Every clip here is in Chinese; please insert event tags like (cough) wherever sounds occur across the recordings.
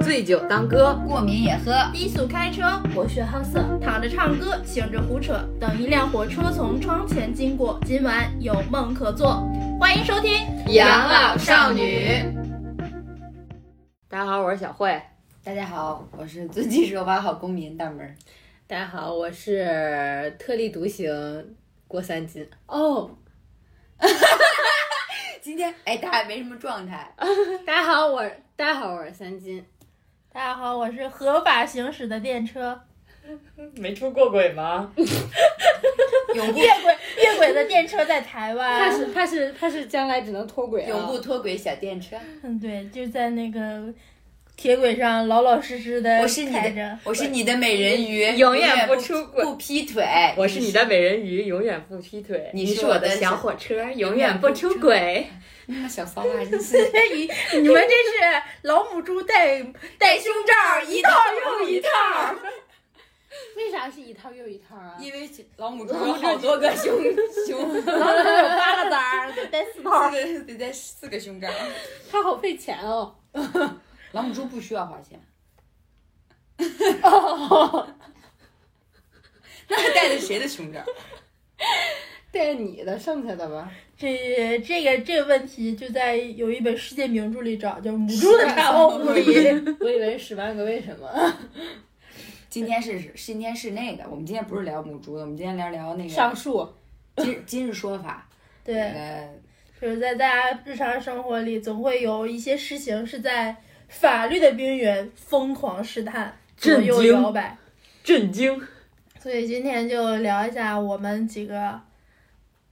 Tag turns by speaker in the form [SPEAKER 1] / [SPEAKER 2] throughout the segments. [SPEAKER 1] 醉酒当歌，
[SPEAKER 2] 过敏也喝。
[SPEAKER 3] 低速开车，博学好色，躺着唱歌，醒着胡扯。等一辆火车从窗前经过，今晚有梦可做。欢迎收听《
[SPEAKER 1] 养老少女》。大家好，我是小慧。
[SPEAKER 2] 大家好，我是遵纪守法好公民大门儿。
[SPEAKER 4] 大家好，我是特立独行郭三金。哦，
[SPEAKER 2] 今天哎，大家也没什么状
[SPEAKER 1] (laughs)
[SPEAKER 2] 态，
[SPEAKER 4] 大家好，我大家好，我是三金。
[SPEAKER 3] 大家好，我是合法行驶的电车，
[SPEAKER 1] 没出过轨吗？
[SPEAKER 2] 永不
[SPEAKER 3] 越轨越轨的电车在台
[SPEAKER 4] 他 (laughs)
[SPEAKER 3] 湾。
[SPEAKER 4] 是他是他是将来只能脱轨啊
[SPEAKER 2] 永不
[SPEAKER 4] 了。
[SPEAKER 2] 脱轨小电车。
[SPEAKER 1] 哦
[SPEAKER 3] 嗯，对，就在那个铁轨上老老实实的
[SPEAKER 2] 我是你
[SPEAKER 3] 开着 (laughs)
[SPEAKER 2] 的，。我是你的美人鱼，
[SPEAKER 1] 永远
[SPEAKER 2] 不
[SPEAKER 1] 不出轨
[SPEAKER 2] 不劈腿。
[SPEAKER 1] 我是
[SPEAKER 2] (laughs)
[SPEAKER 1] 你的美人鱼，永远不劈腿。
[SPEAKER 2] 你
[SPEAKER 1] 是
[SPEAKER 2] 是
[SPEAKER 1] 我
[SPEAKER 2] 我的
[SPEAKER 1] 小
[SPEAKER 2] 小
[SPEAKER 1] 火车，永
[SPEAKER 2] 永
[SPEAKER 1] 远
[SPEAKER 2] 远
[SPEAKER 1] 不
[SPEAKER 2] 不
[SPEAKER 1] 出
[SPEAKER 2] 出
[SPEAKER 1] 轨。
[SPEAKER 2] 小骚话真是 (laughs)
[SPEAKER 3] 你你们这是老母猪戴
[SPEAKER 2] 哎
[SPEAKER 3] 戴胸罩，一套又一套。
[SPEAKER 4] 为啥是一套又一套啊？
[SPEAKER 2] 因为老母猪有好多个胸胸，
[SPEAKER 3] 八个崽儿，得带四
[SPEAKER 1] (laughs)
[SPEAKER 3] 套。
[SPEAKER 2] 得得带四个胸罩。
[SPEAKER 4] 他好费钱哦。
[SPEAKER 2] 老母猪不需要花钱，
[SPEAKER 1] 哦
[SPEAKER 2] (laughs) 那还带的谁的胸罩？
[SPEAKER 4] 带你的剩下的吧。
[SPEAKER 3] 这这个这个问题就在有一本世界名著里找，叫《母猪的产后护理》。
[SPEAKER 4] 我以为十万个为什么。
[SPEAKER 2] 今天是今天是那个，我们今天不是聊母猪的，我们今天聊聊那
[SPEAKER 4] 上
[SPEAKER 2] 个
[SPEAKER 4] 树，
[SPEAKER 2] 今今日说法。
[SPEAKER 3] 对，
[SPEAKER 2] 呃，
[SPEAKER 3] 就是在大家日常生活里，总会有一些事情是在法律的边缘疯狂试探，左右
[SPEAKER 1] 震惊
[SPEAKER 3] 摇摆。
[SPEAKER 1] 震惊！
[SPEAKER 3] 所以今天就聊一下我们几个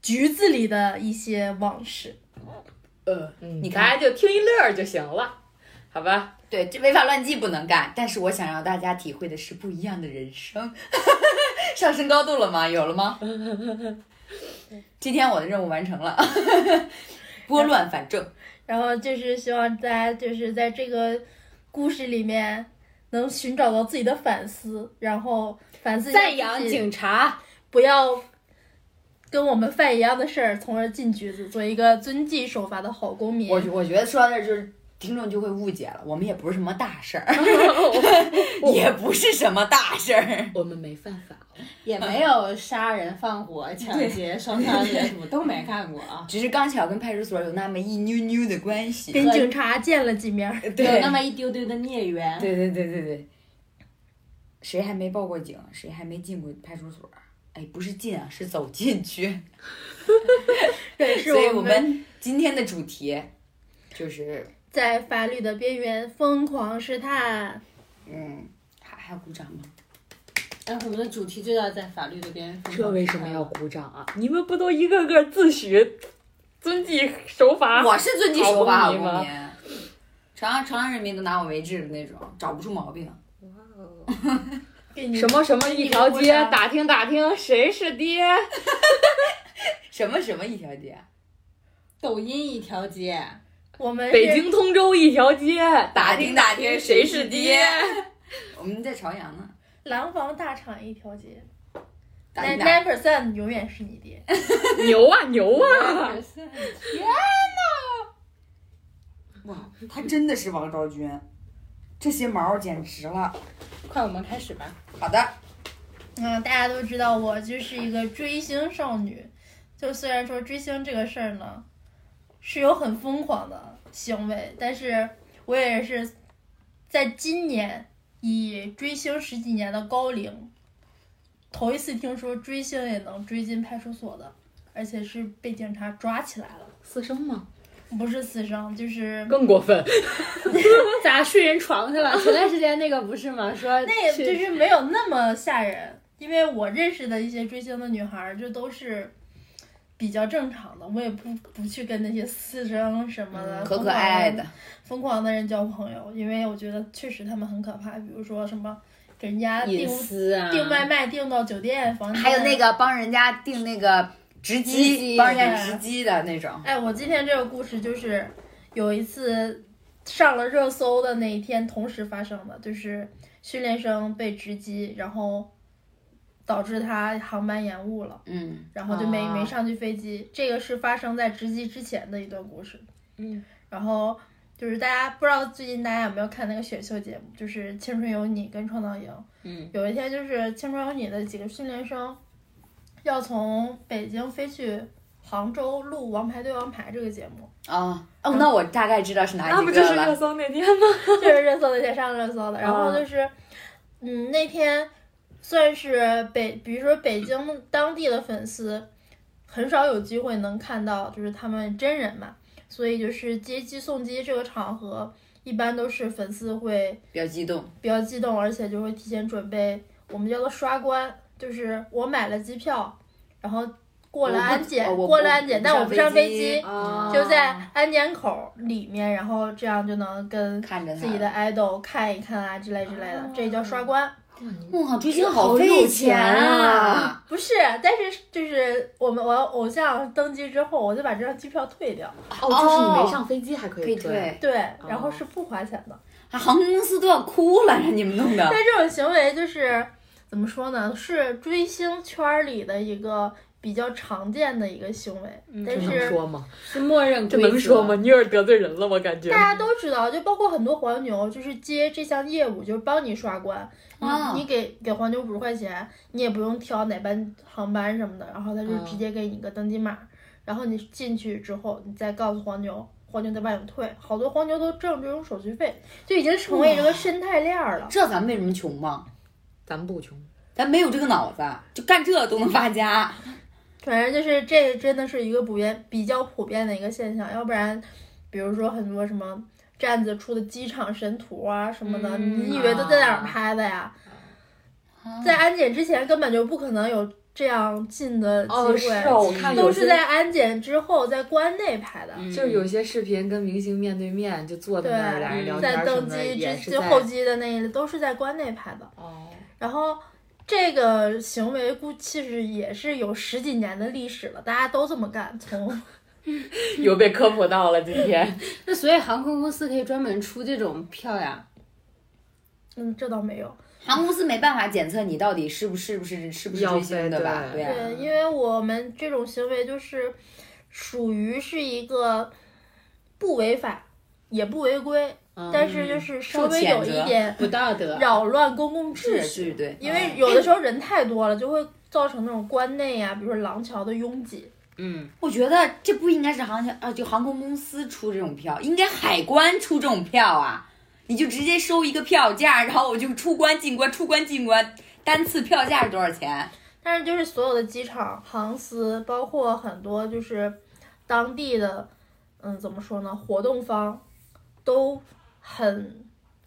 [SPEAKER 3] 局子里的一些往事。
[SPEAKER 2] 呃，
[SPEAKER 1] 嗯
[SPEAKER 2] 你看
[SPEAKER 1] 大家就听一乐儿就行了，好吧？
[SPEAKER 2] 对，这违法乱纪不能干，但是我想让大家体会的是不一样的人生。 (laughs) 上升高度了吗？有
[SPEAKER 4] (laughs)
[SPEAKER 2] 了吗？今天我的任务完成了， (laughs) 拨乱反正。
[SPEAKER 3] 然后就是希望大家就是在这个故事里面能寻找到自己的反思，然后反思一下
[SPEAKER 4] 赞扬
[SPEAKER 3] 自己
[SPEAKER 4] 警察，
[SPEAKER 3] 不要跟我们犯一样的事儿，从而进局子，做一个遵纪守法的好公民。
[SPEAKER 2] 我我觉得说到这儿，就是听众就会误解了，我们也不是什么大
[SPEAKER 4] (laughs)
[SPEAKER 2] 事儿， (laughs) 也不是什么大事儿。
[SPEAKER 1] 我们没犯法，哦
[SPEAKER 4] 也没有杀人、放火、抢劫、烧杀掠什么都没干过
[SPEAKER 1] (laughs)
[SPEAKER 4] 啊。
[SPEAKER 2] 只是刚巧跟派出所有那么一妞妞的关系。
[SPEAKER 3] 跟警察见了几
[SPEAKER 2] (laughs)
[SPEAKER 3] 面儿，
[SPEAKER 2] 对
[SPEAKER 4] 有那么一丢丢的孽缘。
[SPEAKER 2] 对对对对对，谁还没报过警？谁还没进过派出所？哎，不是进啊，是走进
[SPEAKER 4] (laughs)
[SPEAKER 2] 去。
[SPEAKER 3] 对，是
[SPEAKER 2] 所以
[SPEAKER 3] 我
[SPEAKER 2] 我
[SPEAKER 3] 们
[SPEAKER 2] 们今天的主题就是，
[SPEAKER 3] 在法律的边缘疯狂试探。
[SPEAKER 2] 嗯，还还要鼓掌吗？
[SPEAKER 4] 哎，我们的主题就要在法律的边缘。
[SPEAKER 1] 这为什么要鼓掌啊？你们不都一个个自诩遵纪守
[SPEAKER 4] 啊
[SPEAKER 1] 法？
[SPEAKER 2] 我是遵纪守法，啊
[SPEAKER 1] 好
[SPEAKER 2] 好
[SPEAKER 1] 公
[SPEAKER 2] 公
[SPEAKER 1] 民吗
[SPEAKER 2] 民。长安长安啊人民都拿我为治的那种，找不出毛病。
[SPEAKER 3] 给你
[SPEAKER 1] 什么什么一条
[SPEAKER 3] 你
[SPEAKER 1] 街
[SPEAKER 3] 们鼓，掌
[SPEAKER 1] 打听打听谁是爹？
[SPEAKER 2] 什么什么一条街，啊
[SPEAKER 4] 抖音一条街，
[SPEAKER 3] 我们是
[SPEAKER 1] 北京通州一条街，打
[SPEAKER 2] 打
[SPEAKER 1] 听
[SPEAKER 2] 听
[SPEAKER 1] 打
[SPEAKER 2] 打
[SPEAKER 1] 听
[SPEAKER 2] 听
[SPEAKER 1] 谁
[SPEAKER 2] 谁
[SPEAKER 1] 是
[SPEAKER 2] 是
[SPEAKER 1] 爹
[SPEAKER 2] 爹？我们在朝阳呢。
[SPEAKER 3] 廊坊大厂一条街
[SPEAKER 2] 打
[SPEAKER 3] ，nine
[SPEAKER 2] 听打
[SPEAKER 3] nine percent 永远是你爹。
[SPEAKER 1] 牛啊牛啊！
[SPEAKER 2] 听，哇，他真的是王昭君，这些毛儿简直了。
[SPEAKER 4] 快，我们开始吧。
[SPEAKER 2] 好的，
[SPEAKER 3] 嗯，大家都知道我就是一个追星少女，就虽然说追星这个事儿呢，是有很疯狂的行为，但是我也是在今年以追星十几年的高龄，头一次听说追星也能追进派出所的，而且是被警察抓起来了，
[SPEAKER 4] 私生吗？
[SPEAKER 3] 不是私生，就是
[SPEAKER 1] 更
[SPEAKER 4] (laughs)
[SPEAKER 1] 过分，
[SPEAKER 4] 咋睡人床去了？前段时间那个不是吗？说
[SPEAKER 3] 那也
[SPEAKER 4] 去
[SPEAKER 3] 就是没有那么吓人，因为我认识的一些追星的女孩儿，就都是比较正常的，我也不不去跟那些私生什么的、
[SPEAKER 2] 嗯可可爱爱的。
[SPEAKER 3] 疯狂的人交朋友，因为我觉得确实他们很可怕，比如说什么给人家订
[SPEAKER 4] 隐私啊，
[SPEAKER 3] 订外卖订到酒店房间，
[SPEAKER 2] 还有那。个帮人家订那个直
[SPEAKER 4] 直
[SPEAKER 2] 嗯机，
[SPEAKER 4] 机
[SPEAKER 2] 帮人家直机的那种。
[SPEAKER 3] 哎，我今天这个故事就是有一次上了热搜的那一天同时发生的，就是训练生被直击，然后导致他航班延误了，
[SPEAKER 2] 嗯，
[SPEAKER 3] 然后就没、
[SPEAKER 4] 啊
[SPEAKER 3] 没上去飞机。这个是发生在直击之前的一段故事。
[SPEAKER 4] 嗯，
[SPEAKER 3] 然后就是大家不知道最近大家有没有看那个选秀节目，就是《青春有你》跟《创造营》。
[SPEAKER 2] 嗯，
[SPEAKER 3] 有一天就是《青春有你》的几个训练生要从北京飞去杭州录《王牌对王牌》这个节目，
[SPEAKER 2] 啊哦，那我大概知道是哪
[SPEAKER 1] 那
[SPEAKER 2] 几
[SPEAKER 1] 不就是
[SPEAKER 2] 个
[SPEAKER 1] 热
[SPEAKER 2] 了。
[SPEAKER 1] 搜那天吗？
[SPEAKER 3] (laughs) 就是热搜的先上热搜的。然后
[SPEAKER 1] 啊
[SPEAKER 3] 就是，嗯，那天算是北，比如说北京当地的粉丝，很少有机会能看到，就是他们真人嘛，所以就是接机送机这个场合，一般都是粉丝会
[SPEAKER 2] 比较激动，
[SPEAKER 3] 比较激动，而且就会提前准备，我们叫做刷关，就是我买了机票，然后过了
[SPEAKER 2] 我不
[SPEAKER 3] 安检，
[SPEAKER 2] 哦我
[SPEAKER 3] 过
[SPEAKER 2] 不
[SPEAKER 3] 了安检，但我不
[SPEAKER 2] 不
[SPEAKER 3] 上
[SPEAKER 2] 上飞
[SPEAKER 3] 飞机，
[SPEAKER 2] 机嗯哦
[SPEAKER 1] 啊
[SPEAKER 3] 就在安检口里面，然后这样就能跟
[SPEAKER 2] 看嗯着他
[SPEAKER 3] 自己的 idol 看一看啊之类之类的，这叫刷关。
[SPEAKER 2] 哇，追星
[SPEAKER 1] 好
[SPEAKER 2] 费
[SPEAKER 1] 有
[SPEAKER 2] 钱啊！
[SPEAKER 3] 不是，但是就是我们我偶像登机之后，我就把这张机票退掉，
[SPEAKER 1] 哦，就是你
[SPEAKER 2] 哦
[SPEAKER 1] 没上飞机还可
[SPEAKER 2] 可以
[SPEAKER 1] 以
[SPEAKER 2] 退，
[SPEAKER 3] 对，然后是不花钱的。
[SPEAKER 2] 啊，航空公司都要哭了，让你们弄的
[SPEAKER 3] 但这种行为就是怎么说呢？是追星圈儿里的一个比较常见的一个行为，
[SPEAKER 2] 嗯
[SPEAKER 3] 但
[SPEAKER 1] 这
[SPEAKER 3] 是
[SPEAKER 1] 能说吗？
[SPEAKER 4] 是默认
[SPEAKER 1] 这
[SPEAKER 4] 规则。
[SPEAKER 1] 能说吗？你有点得罪人了，我感觉
[SPEAKER 3] 大。家都知道，就包括很多黄牛，就是接这项业务，就是帮你刷关。你
[SPEAKER 1] 嗯
[SPEAKER 2] 啊
[SPEAKER 3] 你给给黄牛五十块钱，你也不用挑哪班航班什么的，然后他就
[SPEAKER 1] 嗯
[SPEAKER 3] 直接给你个登机码，然后你进去之后，你再告诉黄牛，黄牛再帮你退。好多黄牛都挣这种手续费，就已经成为这个生态链儿了。
[SPEAKER 2] 这咱们为什么穷吗？
[SPEAKER 1] 咱不穷，
[SPEAKER 2] 咱没有这个脑子，就干这都能发家。
[SPEAKER 3] 反正就是这真的是一个普遍比较普遍的一个现象，要不然，比如说很多什么站子出的机场神图啊什么的，
[SPEAKER 1] 嗯
[SPEAKER 3] 你以为都在哪儿拍的呀？
[SPEAKER 2] 嗯啊
[SPEAKER 3] 在安检之前根本就不可能有这样近的机
[SPEAKER 1] 哦，是
[SPEAKER 3] 会，
[SPEAKER 1] 哦，我看有
[SPEAKER 3] 都
[SPEAKER 1] 些嗯
[SPEAKER 3] 是在安检之后在关内拍的。
[SPEAKER 1] 就是
[SPEAKER 2] 嗯
[SPEAKER 1] 有些视频跟明星面对面就坐在那儿嗯俩人聊天
[SPEAKER 3] 嗯在
[SPEAKER 1] 儿什
[SPEAKER 3] 登
[SPEAKER 1] 么的，
[SPEAKER 3] 机
[SPEAKER 1] 也
[SPEAKER 3] 之
[SPEAKER 1] 是
[SPEAKER 3] 就
[SPEAKER 1] 在
[SPEAKER 3] 后机的那一类都是在关内拍的。
[SPEAKER 1] (laughs) 哦，
[SPEAKER 3] 然后这个行为估其实也是有十几年的历史了，大家都这么干，从。
[SPEAKER 1] 有被科普到了今 (laughs) 天。
[SPEAKER 4] 那所以航空公司可以专门出这种票呀？
[SPEAKER 3] 嗯，这倒没有。
[SPEAKER 2] 航空公司没办法检测你到底是不是不是是不是
[SPEAKER 1] 要
[SPEAKER 2] 追
[SPEAKER 1] 飞
[SPEAKER 2] 星的吧？对
[SPEAKER 1] 对
[SPEAKER 2] 啊，
[SPEAKER 3] 对，因为我们这种行为就是属于是一个不违法也不违规，
[SPEAKER 1] 嗯
[SPEAKER 3] 但是就是稍
[SPEAKER 2] 受
[SPEAKER 3] 微
[SPEAKER 2] 谴
[SPEAKER 3] 有
[SPEAKER 2] 责
[SPEAKER 3] 一点
[SPEAKER 4] 不道德。啊
[SPEAKER 3] 扰乱公共秩
[SPEAKER 2] 是
[SPEAKER 3] 序。
[SPEAKER 2] 是，对，
[SPEAKER 3] 因为有的时候人太多了，就会造成那种关内啊，比如说廊桥的拥挤。
[SPEAKER 4] 嗯，
[SPEAKER 2] 我觉得这不应该是航啊，就航空公司出这种票，应该海关出这种票啊！你就直接收一个票价，然后我就出关进关，出关进关，单次票价是多少钱？
[SPEAKER 3] 但是就是所有的机场、航司，包括很多就是当地的，嗯，怎么说呢，活动方都很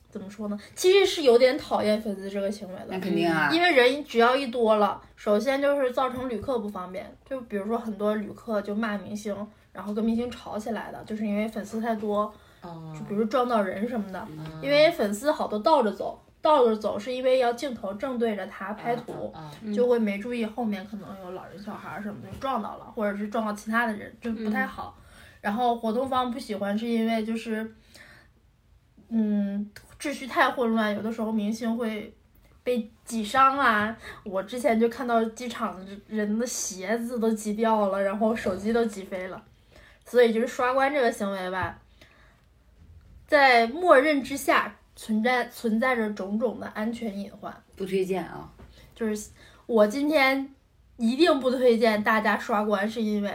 [SPEAKER 3] 怎么说呢？其实是有点讨厌粉丝这个行为
[SPEAKER 2] 那
[SPEAKER 3] 的，
[SPEAKER 2] 肯定啊，
[SPEAKER 3] 因为人只要一多了，首先就是造成旅客不方便，就比如说很多旅客就骂明星，然后跟明星吵起来的，就是因为粉丝太多，
[SPEAKER 1] 哦
[SPEAKER 3] 就比如撞到人什么的，
[SPEAKER 1] 嗯
[SPEAKER 3] 因为粉丝好多倒着走。倒着走是因为要镜头正对着他拍图，
[SPEAKER 1] 啊，
[SPEAKER 3] 就会没注意后面可能有老人、小孩儿什么的就撞到了，或者是撞到其他的人，就不太好。然后活动方不喜欢是因为就是，嗯，秩序太混乱，有的时候明星会被挤伤啊。我之前就看到机场的人的鞋子都挤掉了，然后手机都挤飞了，所以就是刷关这个行为吧，在默认之下存在存在着种种的安全隐患。
[SPEAKER 2] 不推荐啊。
[SPEAKER 3] 就是我今天一定不推荐大家刷关，是因为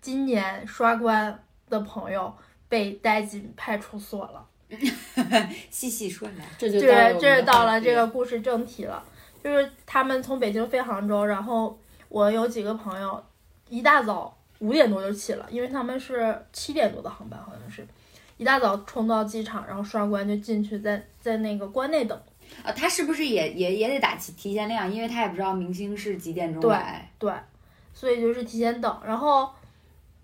[SPEAKER 3] 今年刷关的朋友被带进派出所了。
[SPEAKER 2] 细细说来，
[SPEAKER 4] 这就
[SPEAKER 3] 对，这
[SPEAKER 4] 是
[SPEAKER 3] 是到了这个故事正题了，就是他们从北京飞杭州，然后我有几个朋友一大早五点多就起了，因为他们是七点多的航班，好像是。一大早冲到机场，然后刷关就进去在，在那个关内等。
[SPEAKER 2] 啊，他是不是也也也得打提提前量？因为他也不知道明星是几点钟
[SPEAKER 3] 对
[SPEAKER 2] 来。
[SPEAKER 3] 对，所以就是提前等，然后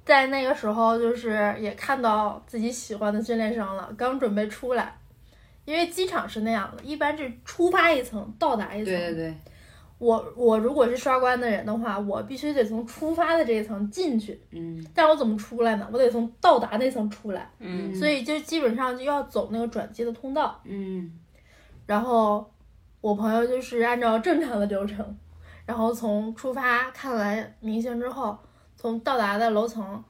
[SPEAKER 3] 在那个时候就是也看到自己喜欢的训练生了，刚准备出来，因为机场是那样的，一般是出发一层，到达一层。
[SPEAKER 2] 对对对，
[SPEAKER 3] 我我如果是刷关的人的话，我必须得从出发的这一层进去，
[SPEAKER 2] 嗯
[SPEAKER 3] 但我怎么出来呢？我得从到达那层出来，
[SPEAKER 2] 嗯
[SPEAKER 3] 所以就基本上就要走那个转机的通道。
[SPEAKER 2] 嗯，
[SPEAKER 3] 然后我朋友就是按照正常的流程，然后从出发看完明星之后，从到达的楼层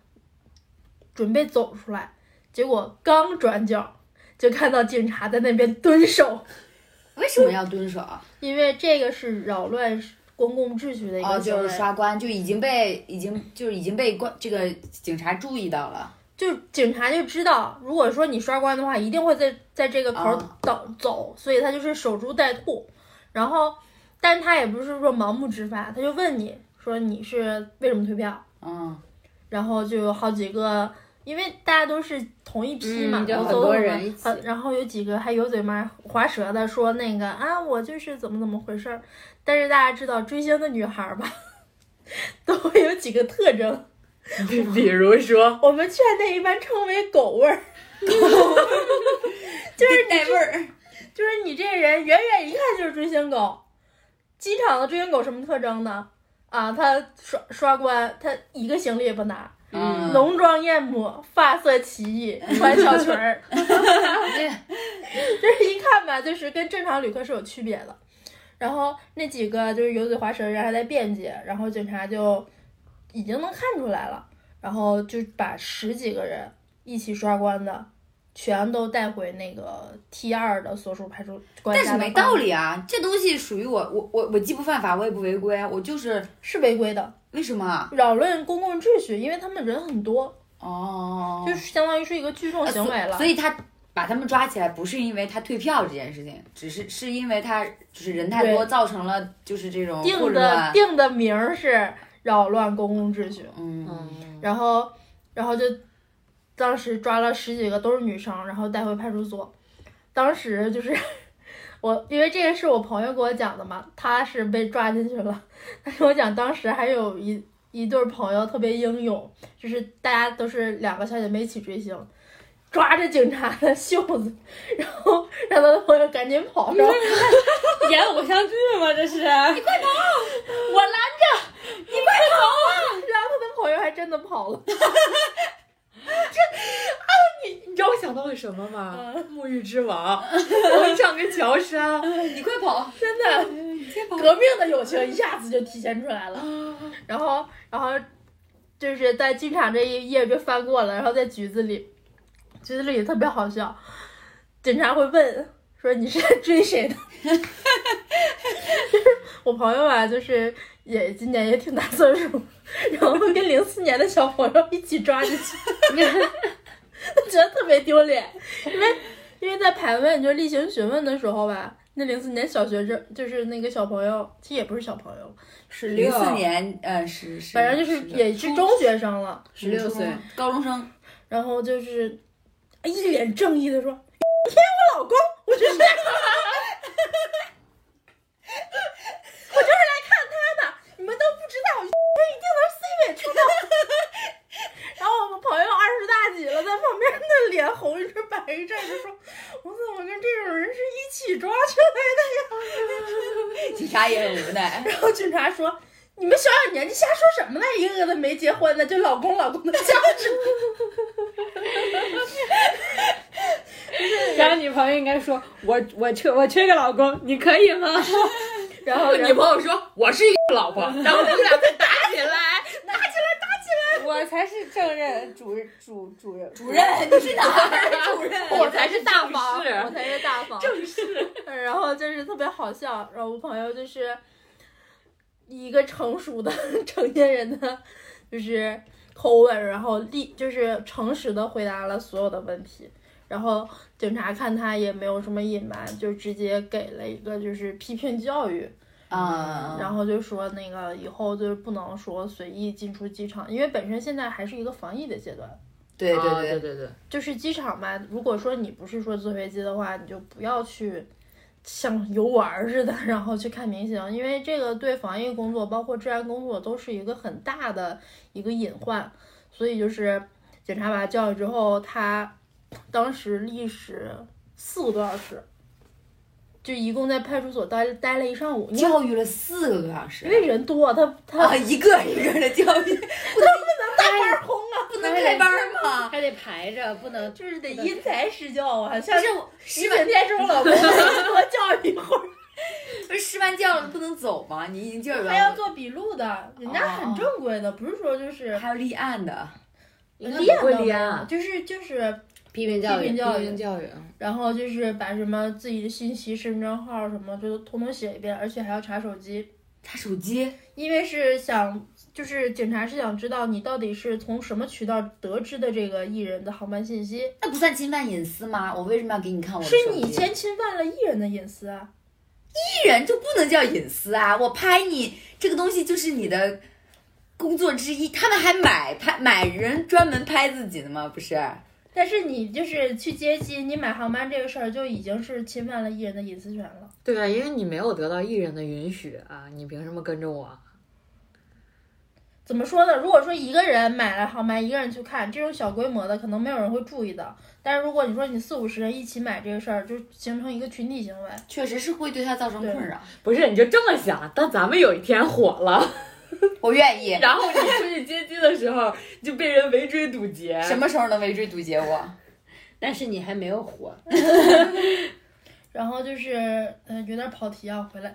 [SPEAKER 3] 准备走出来，结果刚转角就看到警察在那边蹲守，
[SPEAKER 2] 为什么要蹲守？啊
[SPEAKER 3] 因为这个是扰乱公共秩序的一
[SPEAKER 2] 哦，
[SPEAKER 3] 个行
[SPEAKER 2] 就
[SPEAKER 3] 为。
[SPEAKER 2] 是刷关，就已经被已经就是已经被关这个警察注意到了。
[SPEAKER 3] 就警察就知道，如果说你刷关的话，一定会在在这个口儿
[SPEAKER 2] 啊
[SPEAKER 3] 走走，所以他就是守株待兔。然后，但他也不是说盲目执法，他就问你说你是为什么退票，
[SPEAKER 2] 嗯，
[SPEAKER 3] 然后就有好几个，因为大家都是同一批嘛，
[SPEAKER 4] 嗯就
[SPEAKER 3] 走
[SPEAKER 4] 很
[SPEAKER 3] 走
[SPEAKER 4] 多
[SPEAKER 3] 走
[SPEAKER 4] 人一起
[SPEAKER 3] 啊然后有几个还油嘴嘛滑舌的说那个啊，我就是怎么怎么回事儿。但是大家知道追星的女孩儿吧， (laughs) 都会有几个特征，
[SPEAKER 1] 比比如说，
[SPEAKER 3] 我们圈内一般称为狗味
[SPEAKER 2] (laughs)
[SPEAKER 3] 儿。
[SPEAKER 2] 就是那味儿。
[SPEAKER 3] 就是你这人远远一看就是追星狗。机场的追星狗什么特征呢？啊，他刷刷关，他一个行李也不拿，
[SPEAKER 2] 嗯
[SPEAKER 3] 浓妆艳抹，发色奇异，穿小裙儿， (laughs) 就是一看吧，就是跟正常旅客是有区别的。然后那几个就是油嘴滑舌的人还在辩解，然后警察就已经能看出来了，然后就把十几个人一起刷关的全都带回那个 T 二的所属派出关，
[SPEAKER 2] 但是没道，理啊，这东西属于我，我我我既不犯法，我也不违规，啊我就是
[SPEAKER 3] 是违规的，
[SPEAKER 2] 为什么？啊
[SPEAKER 3] 扰乱公共秩序，因为他们人很多，
[SPEAKER 2] 哦，
[SPEAKER 3] 就是相当于是一个聚众
[SPEAKER 2] 呃
[SPEAKER 3] 行为了。
[SPEAKER 2] 所以他把他们抓起来，不是因为他退票这件事情，只是是因为他就是人太多，
[SPEAKER 3] 对
[SPEAKER 2] 造成了就是这种
[SPEAKER 3] 定
[SPEAKER 2] 混
[SPEAKER 3] 的
[SPEAKER 2] 乱。
[SPEAKER 3] 定的名儿是扰乱公共秩序，
[SPEAKER 2] 嗯，
[SPEAKER 1] 嗯，
[SPEAKER 3] 然后然后就当时抓了十几个都是女生，然后带回派出所。当时就是 (laughs) 我，因为这个是我朋友给我讲的嘛，他是被抓进去了。 (laughs) 他跟我讲，当时还有一一对儿朋友特别英勇，就是大家都是两个小姐妹一起追星。抓着警察的袖子，然后让他的朋友赶紧跑，然后
[SPEAKER 1] 演偶像剧吗？这是？
[SPEAKER 3] 我拦着，你快跑 (laughs) 啊！然后他的朋友还真的跑了。
[SPEAKER 1] 你知道我想到了什么吗？
[SPEAKER 3] 嗯
[SPEAKER 1] 沐浴之王， (laughs) 王上跟
[SPEAKER 3] (laughs)
[SPEAKER 1] 乔杉，
[SPEAKER 2] 你快跑！
[SPEAKER 3] 真的，革命的友情一下子就体现出来了。然后，然后就是在机场这一页就翻过了，然后在局子里，局子里特别好笑，警察会问说你是追谁的？就是 (laughs) 我朋友啊，就是也今年也挺大岁数，然后跟零四年的小朋友一起抓进去， (laughs) 他觉得特别丢脸，因为因为在盘问，就是例行询问的时候吧，那零四年小学生就是那个小朋友，其实也不是小朋友，
[SPEAKER 4] 十
[SPEAKER 2] 零
[SPEAKER 4] 六，
[SPEAKER 2] 四年，呃，是是，
[SPEAKER 3] 反正就是
[SPEAKER 2] 的
[SPEAKER 3] 也是中学生了。
[SPEAKER 4] 十六岁，
[SPEAKER 2] 高中生。
[SPEAKER 3] 然后就是哎一脸正义的说：“骗我老公，我就是来看他的，我就是来看他的，你们都不知道，我一定能 C 位出道。” (laughs) 然后我们朋友二十大几了，在旁边那脸红一阵白一阵，就说：“我怎么跟这种人是一起抓起来的呀？”
[SPEAKER 2] 警察也很无奈。
[SPEAKER 3] (laughs) 然后警察说：“你们小小年纪瞎说什么呢？一个个的没结婚的，就老公老公的叫 (laughs) 着。”
[SPEAKER 1] 然后你朋友应该说，我我缺我缺个老公，你可以吗？
[SPEAKER 3] 然后
[SPEAKER 1] 你朋友说，我是一个老婆，然后他们俩再打起来，
[SPEAKER 4] 我才是正任主主主任，
[SPEAKER 2] 主任，你是哪儿？主任，
[SPEAKER 3] 我才是大方，
[SPEAKER 1] 正式
[SPEAKER 3] 我才是大方，正式。然后就是特别好笑，然后我朋友就是以一个成熟的成年人的，就是口吻，然后立就是诚实的回答了所有的问题。然后警察看他也没有什么隐瞒，就直接给了一个就是批评教育，
[SPEAKER 2] 啊，
[SPEAKER 3] 然后就说那个以后就是不能说随意进出机场，因为本身现在还是一个防疫的阶段，
[SPEAKER 2] 对对
[SPEAKER 1] 啊
[SPEAKER 2] 对
[SPEAKER 1] 对对对，
[SPEAKER 3] 就是机场吧，如果说你不是说坐飞机的话，你就不要去像游玩儿似的，然后去看明星，因为这个对防疫工作，包括治安工作都是一个很大的一个隐患。所以就是警察把他叫去之后，他当时历时四个多小时，就一共在派出所待待了一上午，因为
[SPEAKER 2] 教育了四个多小时
[SPEAKER 3] 因。为人多，他他
[SPEAKER 2] 啊，一个一个的教
[SPEAKER 3] (laughs)
[SPEAKER 2] 育，
[SPEAKER 3] 班轰啊，
[SPEAKER 2] 不能开班儿吗？
[SPEAKER 4] 还得排着，不能
[SPEAKER 3] 就是得因材施教啊，像
[SPEAKER 2] 是我
[SPEAKER 3] 十本天书
[SPEAKER 2] (laughs)
[SPEAKER 3] 老公多教育一会儿。
[SPEAKER 2] 不是施完教了不能走吗？你已经教育
[SPEAKER 3] 还要
[SPEAKER 2] 完，
[SPEAKER 3] 做笔录的，
[SPEAKER 2] 哦
[SPEAKER 3] 人家很正规的，不是说就是
[SPEAKER 2] 还要立案的。
[SPEAKER 1] 应该不会啊
[SPEAKER 3] 的
[SPEAKER 1] 立案啊，
[SPEAKER 3] 就是就是
[SPEAKER 4] 批评教育，
[SPEAKER 3] 批评教育
[SPEAKER 4] 教育，嗯
[SPEAKER 3] 然后就是把什么自己的信息、身份证号什么就通通写一遍，而且还要查手机，
[SPEAKER 2] 查手机，
[SPEAKER 3] 因为是想就是警察是想知道你到底是从什么渠道得知的这个艺人的航班信息，
[SPEAKER 2] 那不算侵犯隐私吗？我为什么要给你看我的
[SPEAKER 3] 是
[SPEAKER 2] 手
[SPEAKER 3] 你
[SPEAKER 2] 机？
[SPEAKER 3] 先侵犯了艺人的隐私啊！
[SPEAKER 2] 艺人就不能叫隐私啊！我拍你这个东西就是你的工作之一，他们还买拍买人专门拍自己的吗？不是？
[SPEAKER 3] 但是你就是去接机，你买航班这个事儿就已经是侵犯了艺人的隐私权了。
[SPEAKER 1] 对啊，因为你没有得到艺人的允许啊，你凭什么跟着我？啊
[SPEAKER 3] 怎么说呢？如果说一个人买了航班，一个人去看这种小规模的，可能没有人会注意到。但是如果你说你四五十人一起买这个事儿，就形成一个群体行为。
[SPEAKER 2] 确实是会对他造成困扰。
[SPEAKER 1] 不是，你就这么想？当咱们有一天火了， (laughs)
[SPEAKER 2] 我愿意。
[SPEAKER 1] 然后你出去接机的时候就被人围追堵截，
[SPEAKER 2] 什么时候能围追堵截我？
[SPEAKER 4] 但是你还没有火，
[SPEAKER 3] 然后就是，呃，有点跑题啊，回来，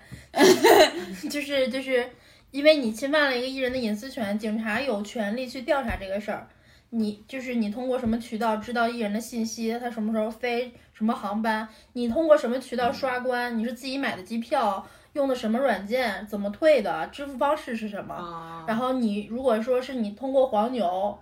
[SPEAKER 3] (laughs) 就是就是，因为你侵犯了一个艺人的隐私权，警察有权利去调查这个事儿。你就是你通过什么渠道知道艺人的信息，他什么时候飞，什么航班，你通过什么渠道刷关，你是自己买的机票，用的什么软件，怎么退的，支付方式是什么？
[SPEAKER 1] 啊？
[SPEAKER 3] 然后你如果说是你通过黄牛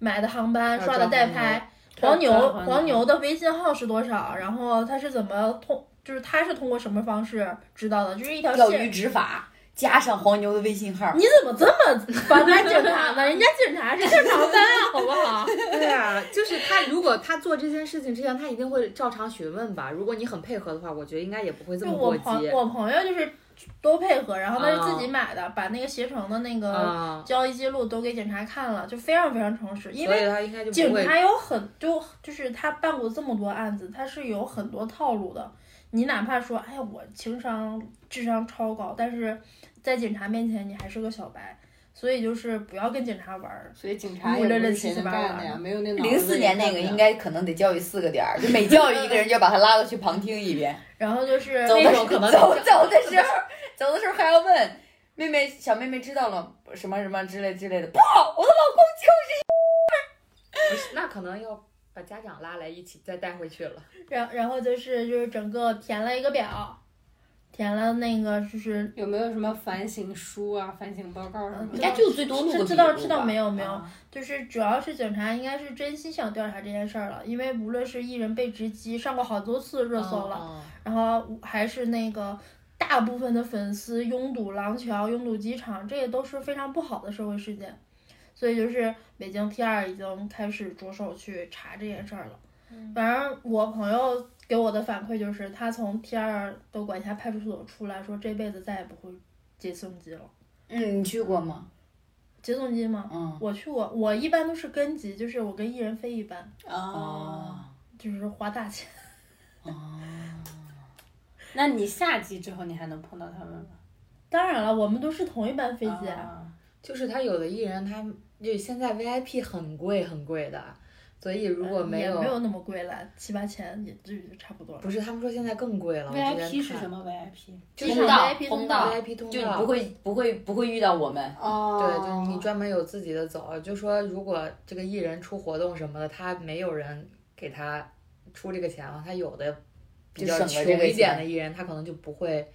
[SPEAKER 3] 买的航班
[SPEAKER 1] 要
[SPEAKER 3] 刷的
[SPEAKER 1] 装
[SPEAKER 3] 代
[SPEAKER 1] 黄
[SPEAKER 3] 拍，
[SPEAKER 4] 要
[SPEAKER 3] 黄牛
[SPEAKER 4] 装黄
[SPEAKER 3] 黄
[SPEAKER 4] 牛
[SPEAKER 3] 牛的微信号是多少？然后他是怎么通？就是他是通过什么方式知道的？就是一条
[SPEAKER 2] 钓鱼
[SPEAKER 3] 线。
[SPEAKER 2] 执法，加上黄牛的微信号，
[SPEAKER 3] 你怎么这么反感警察 (laughs) 呢？人家警察是正常班啊，好不
[SPEAKER 1] (laughs)
[SPEAKER 3] 好？
[SPEAKER 1] (laughs) 对啊，就是他，如果他做这件事情之前，他一定会照常询问吧。如果你很配合的话，我觉得应该也不会这
[SPEAKER 3] 就
[SPEAKER 1] 么
[SPEAKER 3] 我
[SPEAKER 1] 过
[SPEAKER 3] 朋
[SPEAKER 1] 激
[SPEAKER 3] 我朋友就是都配合，然后他是自己
[SPEAKER 1] 啊
[SPEAKER 3] 买的，把那个携程的那个
[SPEAKER 1] 啊。
[SPEAKER 3] 交易记录都给警察看了，就非常非常诚实，呃因
[SPEAKER 1] 所
[SPEAKER 3] 为
[SPEAKER 1] 以他应该就
[SPEAKER 3] 警
[SPEAKER 1] 不会
[SPEAKER 3] 察有很就就是他办过这么多案子，他是有很多套路的。你哪怕说，哎呀，我情商智商超高，但是在警察面前你还是个小白，所以就是不要跟警察玩儿。
[SPEAKER 4] 所以警
[SPEAKER 3] 察也不是谁能干的呀
[SPEAKER 4] 没有那
[SPEAKER 2] 零四年那个应该可能得教育四个点儿，就 (laughs) 每教育一个人就把他拉过去旁听一遍。
[SPEAKER 3] 然后就是
[SPEAKER 2] 走
[SPEAKER 1] 那
[SPEAKER 2] 的时
[SPEAKER 1] 种
[SPEAKER 2] 候
[SPEAKER 1] 可能
[SPEAKER 2] 走走的 (laughs) 时候，走的时候还要问妹妹小妹妹知道了什么什么之类之类的，不好，我的老公就
[SPEAKER 1] 不是那可能要把家长拉来一起再带回去了。
[SPEAKER 3] 然然后就是就是整个填了一个表，填了那个就是
[SPEAKER 4] 有没有什么反省书啊、反省报告什么
[SPEAKER 3] 应
[SPEAKER 4] 的？啊哦
[SPEAKER 3] 该
[SPEAKER 2] 就最多
[SPEAKER 3] 录个
[SPEAKER 2] 个
[SPEAKER 3] 知道知道没有没有
[SPEAKER 2] 啊
[SPEAKER 3] 就是主要是警察应该是真心想调查这件事儿了，因为无论是艺人被直击上过好多次热搜了，
[SPEAKER 1] 了，
[SPEAKER 3] 然后还是那个大部分的粉丝拥堵廊桥、拥堵机场，这也都是非常不好的社会事件。所以就是北京 T 二已经开始着手去查这件事儿了。反正我朋友给我的反馈就是，他从 T 二的管辖派出所出来，说这辈子再也不会接送机了。
[SPEAKER 2] 嗯，你去过吗？
[SPEAKER 3] 接送机吗？
[SPEAKER 2] 嗯
[SPEAKER 3] 我去过，我一般都是跟级，就是我跟一人飞一班，
[SPEAKER 4] 哦，
[SPEAKER 3] 就是花大钱。
[SPEAKER 4] 那你下机之后你还能碰到他们吗？
[SPEAKER 3] 当然了，我们都是同一班飞机啊。
[SPEAKER 4] 啊
[SPEAKER 1] 就是他有的艺人，他就现在 VIP 很贵很贵的，所以如果
[SPEAKER 3] 嗯
[SPEAKER 1] 没
[SPEAKER 3] 也
[SPEAKER 2] 呃
[SPEAKER 1] 有，
[SPEAKER 3] 没有那么贵了，七八千也就就差不多了。
[SPEAKER 1] 不是他们说现在更贵了。
[SPEAKER 4] ，VIP 是什
[SPEAKER 1] 么？
[SPEAKER 4] 么 VIP？
[SPEAKER 1] 就
[SPEAKER 2] 通
[SPEAKER 1] 是
[SPEAKER 2] 道
[SPEAKER 3] VIP
[SPEAKER 2] 通
[SPEAKER 3] 通道
[SPEAKER 1] VIP 通
[SPEAKER 2] 就你
[SPEAKER 1] 道
[SPEAKER 2] 不。会不会不会遇到我们。
[SPEAKER 4] 哦
[SPEAKER 1] 对，就是你专门有自己的走，就说如果这个艺人出活动什么的，他没有人给他出这个钱了，他有的
[SPEAKER 2] 就
[SPEAKER 1] 比
[SPEAKER 2] 省
[SPEAKER 1] 较
[SPEAKER 2] 了
[SPEAKER 1] 穷
[SPEAKER 2] 这个
[SPEAKER 1] 一点
[SPEAKER 2] 钱
[SPEAKER 1] 的艺人，他可能就不会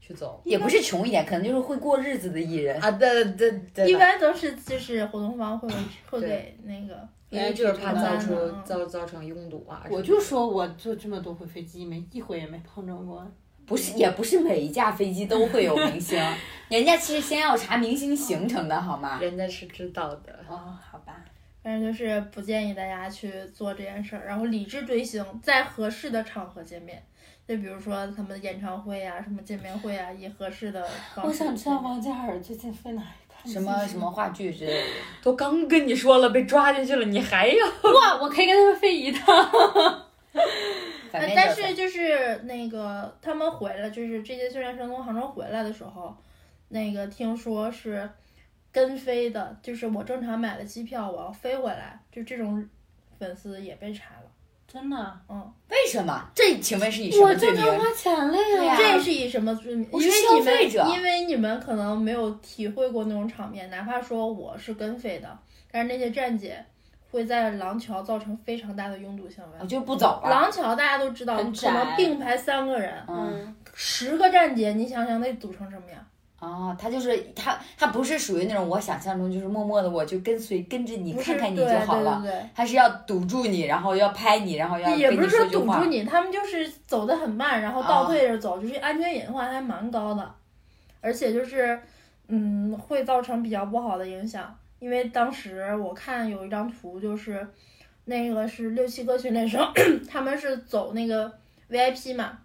[SPEAKER 1] 去走
[SPEAKER 2] 也不是穷一点，可能就是会过日子的艺人。
[SPEAKER 1] 啊。对对对，
[SPEAKER 3] 一
[SPEAKER 1] 的
[SPEAKER 3] 般都是就是活动
[SPEAKER 1] (clears throat)
[SPEAKER 3] 方会会给那个，
[SPEAKER 1] 因为就是怕造
[SPEAKER 3] 一
[SPEAKER 1] 出
[SPEAKER 3] 般的
[SPEAKER 1] 造造成拥堵啊。
[SPEAKER 4] 我就说我坐这么多回飞机，没一回也没碰着过。
[SPEAKER 2] 不是，也不是每一架飞机都会有明星， (laughs) 人家其实先要查明星行程的好吗？
[SPEAKER 1] 人家是知道的，
[SPEAKER 4] 哦，好吧，
[SPEAKER 3] 反正就是不建议大家去做这件事儿。然后理智追星，在合适的场合见面，就比如说他们演唱会啊、什么见面会啊，以合适的方式。
[SPEAKER 4] 我想知道王嘉尔最近飞哪一趟？
[SPEAKER 2] 什么什么话剧之类的，
[SPEAKER 1] 都刚跟你说了被抓进去了，你还要
[SPEAKER 4] 哇，我可以跟他们飞一趟。
[SPEAKER 2] 反
[SPEAKER 3] 呃
[SPEAKER 2] 面
[SPEAKER 3] 但
[SPEAKER 2] 教材
[SPEAKER 3] 是就是那个他们回来，就是这些训练生从杭州回来的时候，那个听说是跟飞的，就是我正常买的机票，我要飞回来，就这种粉丝也被查了。
[SPEAKER 4] 真的，啊
[SPEAKER 3] 嗯，
[SPEAKER 2] 为什么？这请问是以什
[SPEAKER 4] 我
[SPEAKER 2] 么罪
[SPEAKER 4] 正
[SPEAKER 2] 名？
[SPEAKER 4] 常花钱了
[SPEAKER 2] 对呀
[SPEAKER 4] 呀。
[SPEAKER 3] 这是以什么罪名？
[SPEAKER 2] 我是
[SPEAKER 3] 因为
[SPEAKER 2] 消
[SPEAKER 3] 你
[SPEAKER 2] 费者
[SPEAKER 3] 们因为你们可能没有体会过那种场面，哪怕说我是跟飞的，但是那些站姐会在廊桥造成非常大的拥堵行为
[SPEAKER 2] 我。就不走了。
[SPEAKER 3] 廊桥大家都知道，
[SPEAKER 2] 啊很
[SPEAKER 3] 可
[SPEAKER 2] 窄
[SPEAKER 3] 能并排三个人，
[SPEAKER 2] 嗯，
[SPEAKER 3] 十个站姐，你想想得堵成什么样？
[SPEAKER 2] 哦，他就是他，他不是属于那种我想象中就是默默的，我就跟随跟着你，
[SPEAKER 3] 不
[SPEAKER 2] 看看
[SPEAKER 3] 是，对
[SPEAKER 2] 你就
[SPEAKER 3] 对
[SPEAKER 2] 好了。
[SPEAKER 3] 对对。
[SPEAKER 2] 他是要堵住你，然后要拍你，然后要
[SPEAKER 3] 也
[SPEAKER 2] 跟
[SPEAKER 3] 不
[SPEAKER 2] 啊你
[SPEAKER 3] 是说
[SPEAKER 2] 说句
[SPEAKER 3] 堵
[SPEAKER 2] 话
[SPEAKER 3] 住。你，他们就是走得很慢，然后倒退着走，就是安全隐患还蛮高的，而且就是，嗯，会造成比较不好的影响。因为当时我看有一张图，就是那个是六七个训练生， (clears throat) 他们是走那个 VIP 嘛，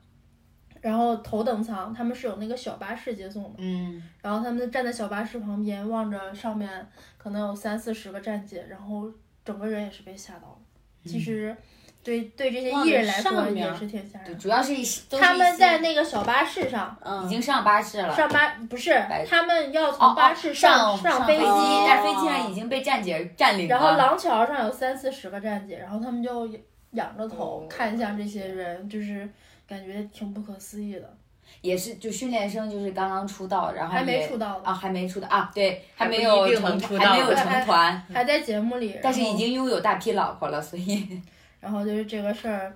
[SPEAKER 3] 然后头等舱他们是有那个小巴士接送的，
[SPEAKER 2] 嗯，
[SPEAKER 3] 然后他们站在小巴士旁边，望着上面可能有三四十个站姐，然后整个人也是被吓到了。其实对，对这些
[SPEAKER 4] 望
[SPEAKER 3] 艺
[SPEAKER 4] 着
[SPEAKER 3] 人来说
[SPEAKER 4] 上面
[SPEAKER 3] 也是挺吓
[SPEAKER 2] 对，
[SPEAKER 3] 人的。
[SPEAKER 2] 主要是一都是
[SPEAKER 3] 他
[SPEAKER 2] 一
[SPEAKER 3] 们
[SPEAKER 2] 些
[SPEAKER 3] 在那个小巴士上，
[SPEAKER 4] 嗯，
[SPEAKER 2] 已经上巴士了，
[SPEAKER 3] 上巴不是
[SPEAKER 2] 白
[SPEAKER 3] 他们要
[SPEAKER 2] 哦
[SPEAKER 3] 从
[SPEAKER 2] 哦
[SPEAKER 3] 巴士
[SPEAKER 2] 上
[SPEAKER 3] 上
[SPEAKER 2] 飞
[SPEAKER 3] 机，
[SPEAKER 4] 哦
[SPEAKER 2] 但是飞机啊上已经被站姐占领了。
[SPEAKER 3] 然后廊桥上有三四十个站姐，然后他们就仰着头
[SPEAKER 1] 哦
[SPEAKER 3] 看向这些人，就是感觉挺不可思议的，
[SPEAKER 2] 也是就训练生就是刚刚出道，然后
[SPEAKER 3] 还没
[SPEAKER 2] 也
[SPEAKER 3] 出道呢，
[SPEAKER 2] 啊还没出道啊，对，还没
[SPEAKER 1] 还不
[SPEAKER 2] 有
[SPEAKER 1] 一定
[SPEAKER 2] 成
[SPEAKER 1] 能出
[SPEAKER 2] 还没
[SPEAKER 1] 道
[SPEAKER 2] 有
[SPEAKER 3] 呢
[SPEAKER 2] 成
[SPEAKER 3] (laughs)
[SPEAKER 2] 团，
[SPEAKER 3] 还在节目里，
[SPEAKER 2] 但是
[SPEAKER 3] 然
[SPEAKER 2] 已
[SPEAKER 3] 后
[SPEAKER 2] 经拥有大批老婆了，所以
[SPEAKER 3] 然后就是这个事儿，